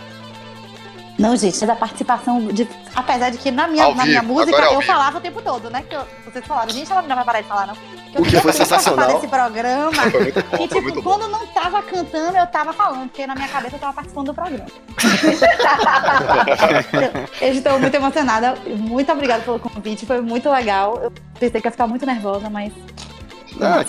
Não, gente, é da participação de. Apesar de que na minha,
Ao
na minha
vivo,
música
agora é ao
eu
vivo.
falava o tempo todo, né? Que eu- vocês falaram, gente, ela não vai parar de falar, não. Que eu
O que
queria
foi
tanto
sensacional.
participar desse programa.
Foi muito
Que,
bom, foi
tipo,
muito bom.
quando não tava cantando, eu tava falando, porque na minha cabeça eu tava participando do programa. eu estou muito emocionada. Muito obrigada pelo convite, foi muito legal. Eu pensei que ia ficar muito nervosa, mas.
Ah,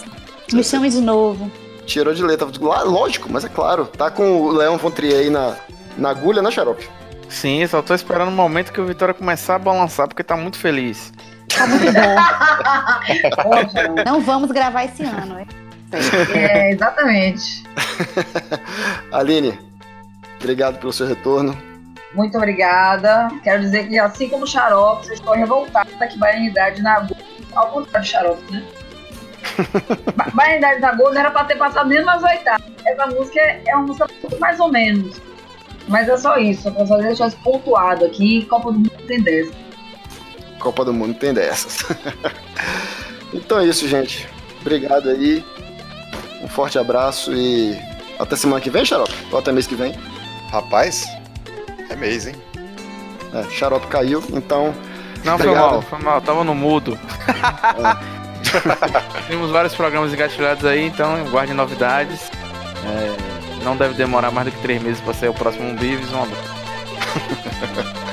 Me chame de novo.
tirou de letra. Lá, Lógico, mas é claro. Tá com o Leão von Trier aí na, na agulha, né, Xarope?
Sim, só tô esperando o momento que o Vitória começar a balançar, porque tá muito feliz.
Tá muito bom.
Ótimo.
Não vamos gravar esse ano, hein?
É, exatamente.
Aline, obrigado pelo seu retorno.
Muito obrigada. Quero dizer que, assim como o Xarope, eu estou revoltada que Baianidade na Gol. Ao contrário do Xarope, né? Ba- Baianidade na Gol não era pra ter passado nem nas oitavas. Essa música é é uma música muito mais ou menos. Mas é só isso. Eu só deixar isso pontuado aqui. Copa do Mundo tem 10.
Copa do Mundo tem dessas. então é isso, gente. Obrigado aí. Um forte abraço e até semana que vem, Xarope. Ou até mês que vem.
Rapaz, é mês, hein?
É, Xarope caiu, então
Não, foi
Obrigado.
mal, foi mal, tava no mudo. Temos vários programas engatilhados aí, então guarde novidades. É, não deve demorar mais do que três meses pra sair o próximo Bives. Um abraço.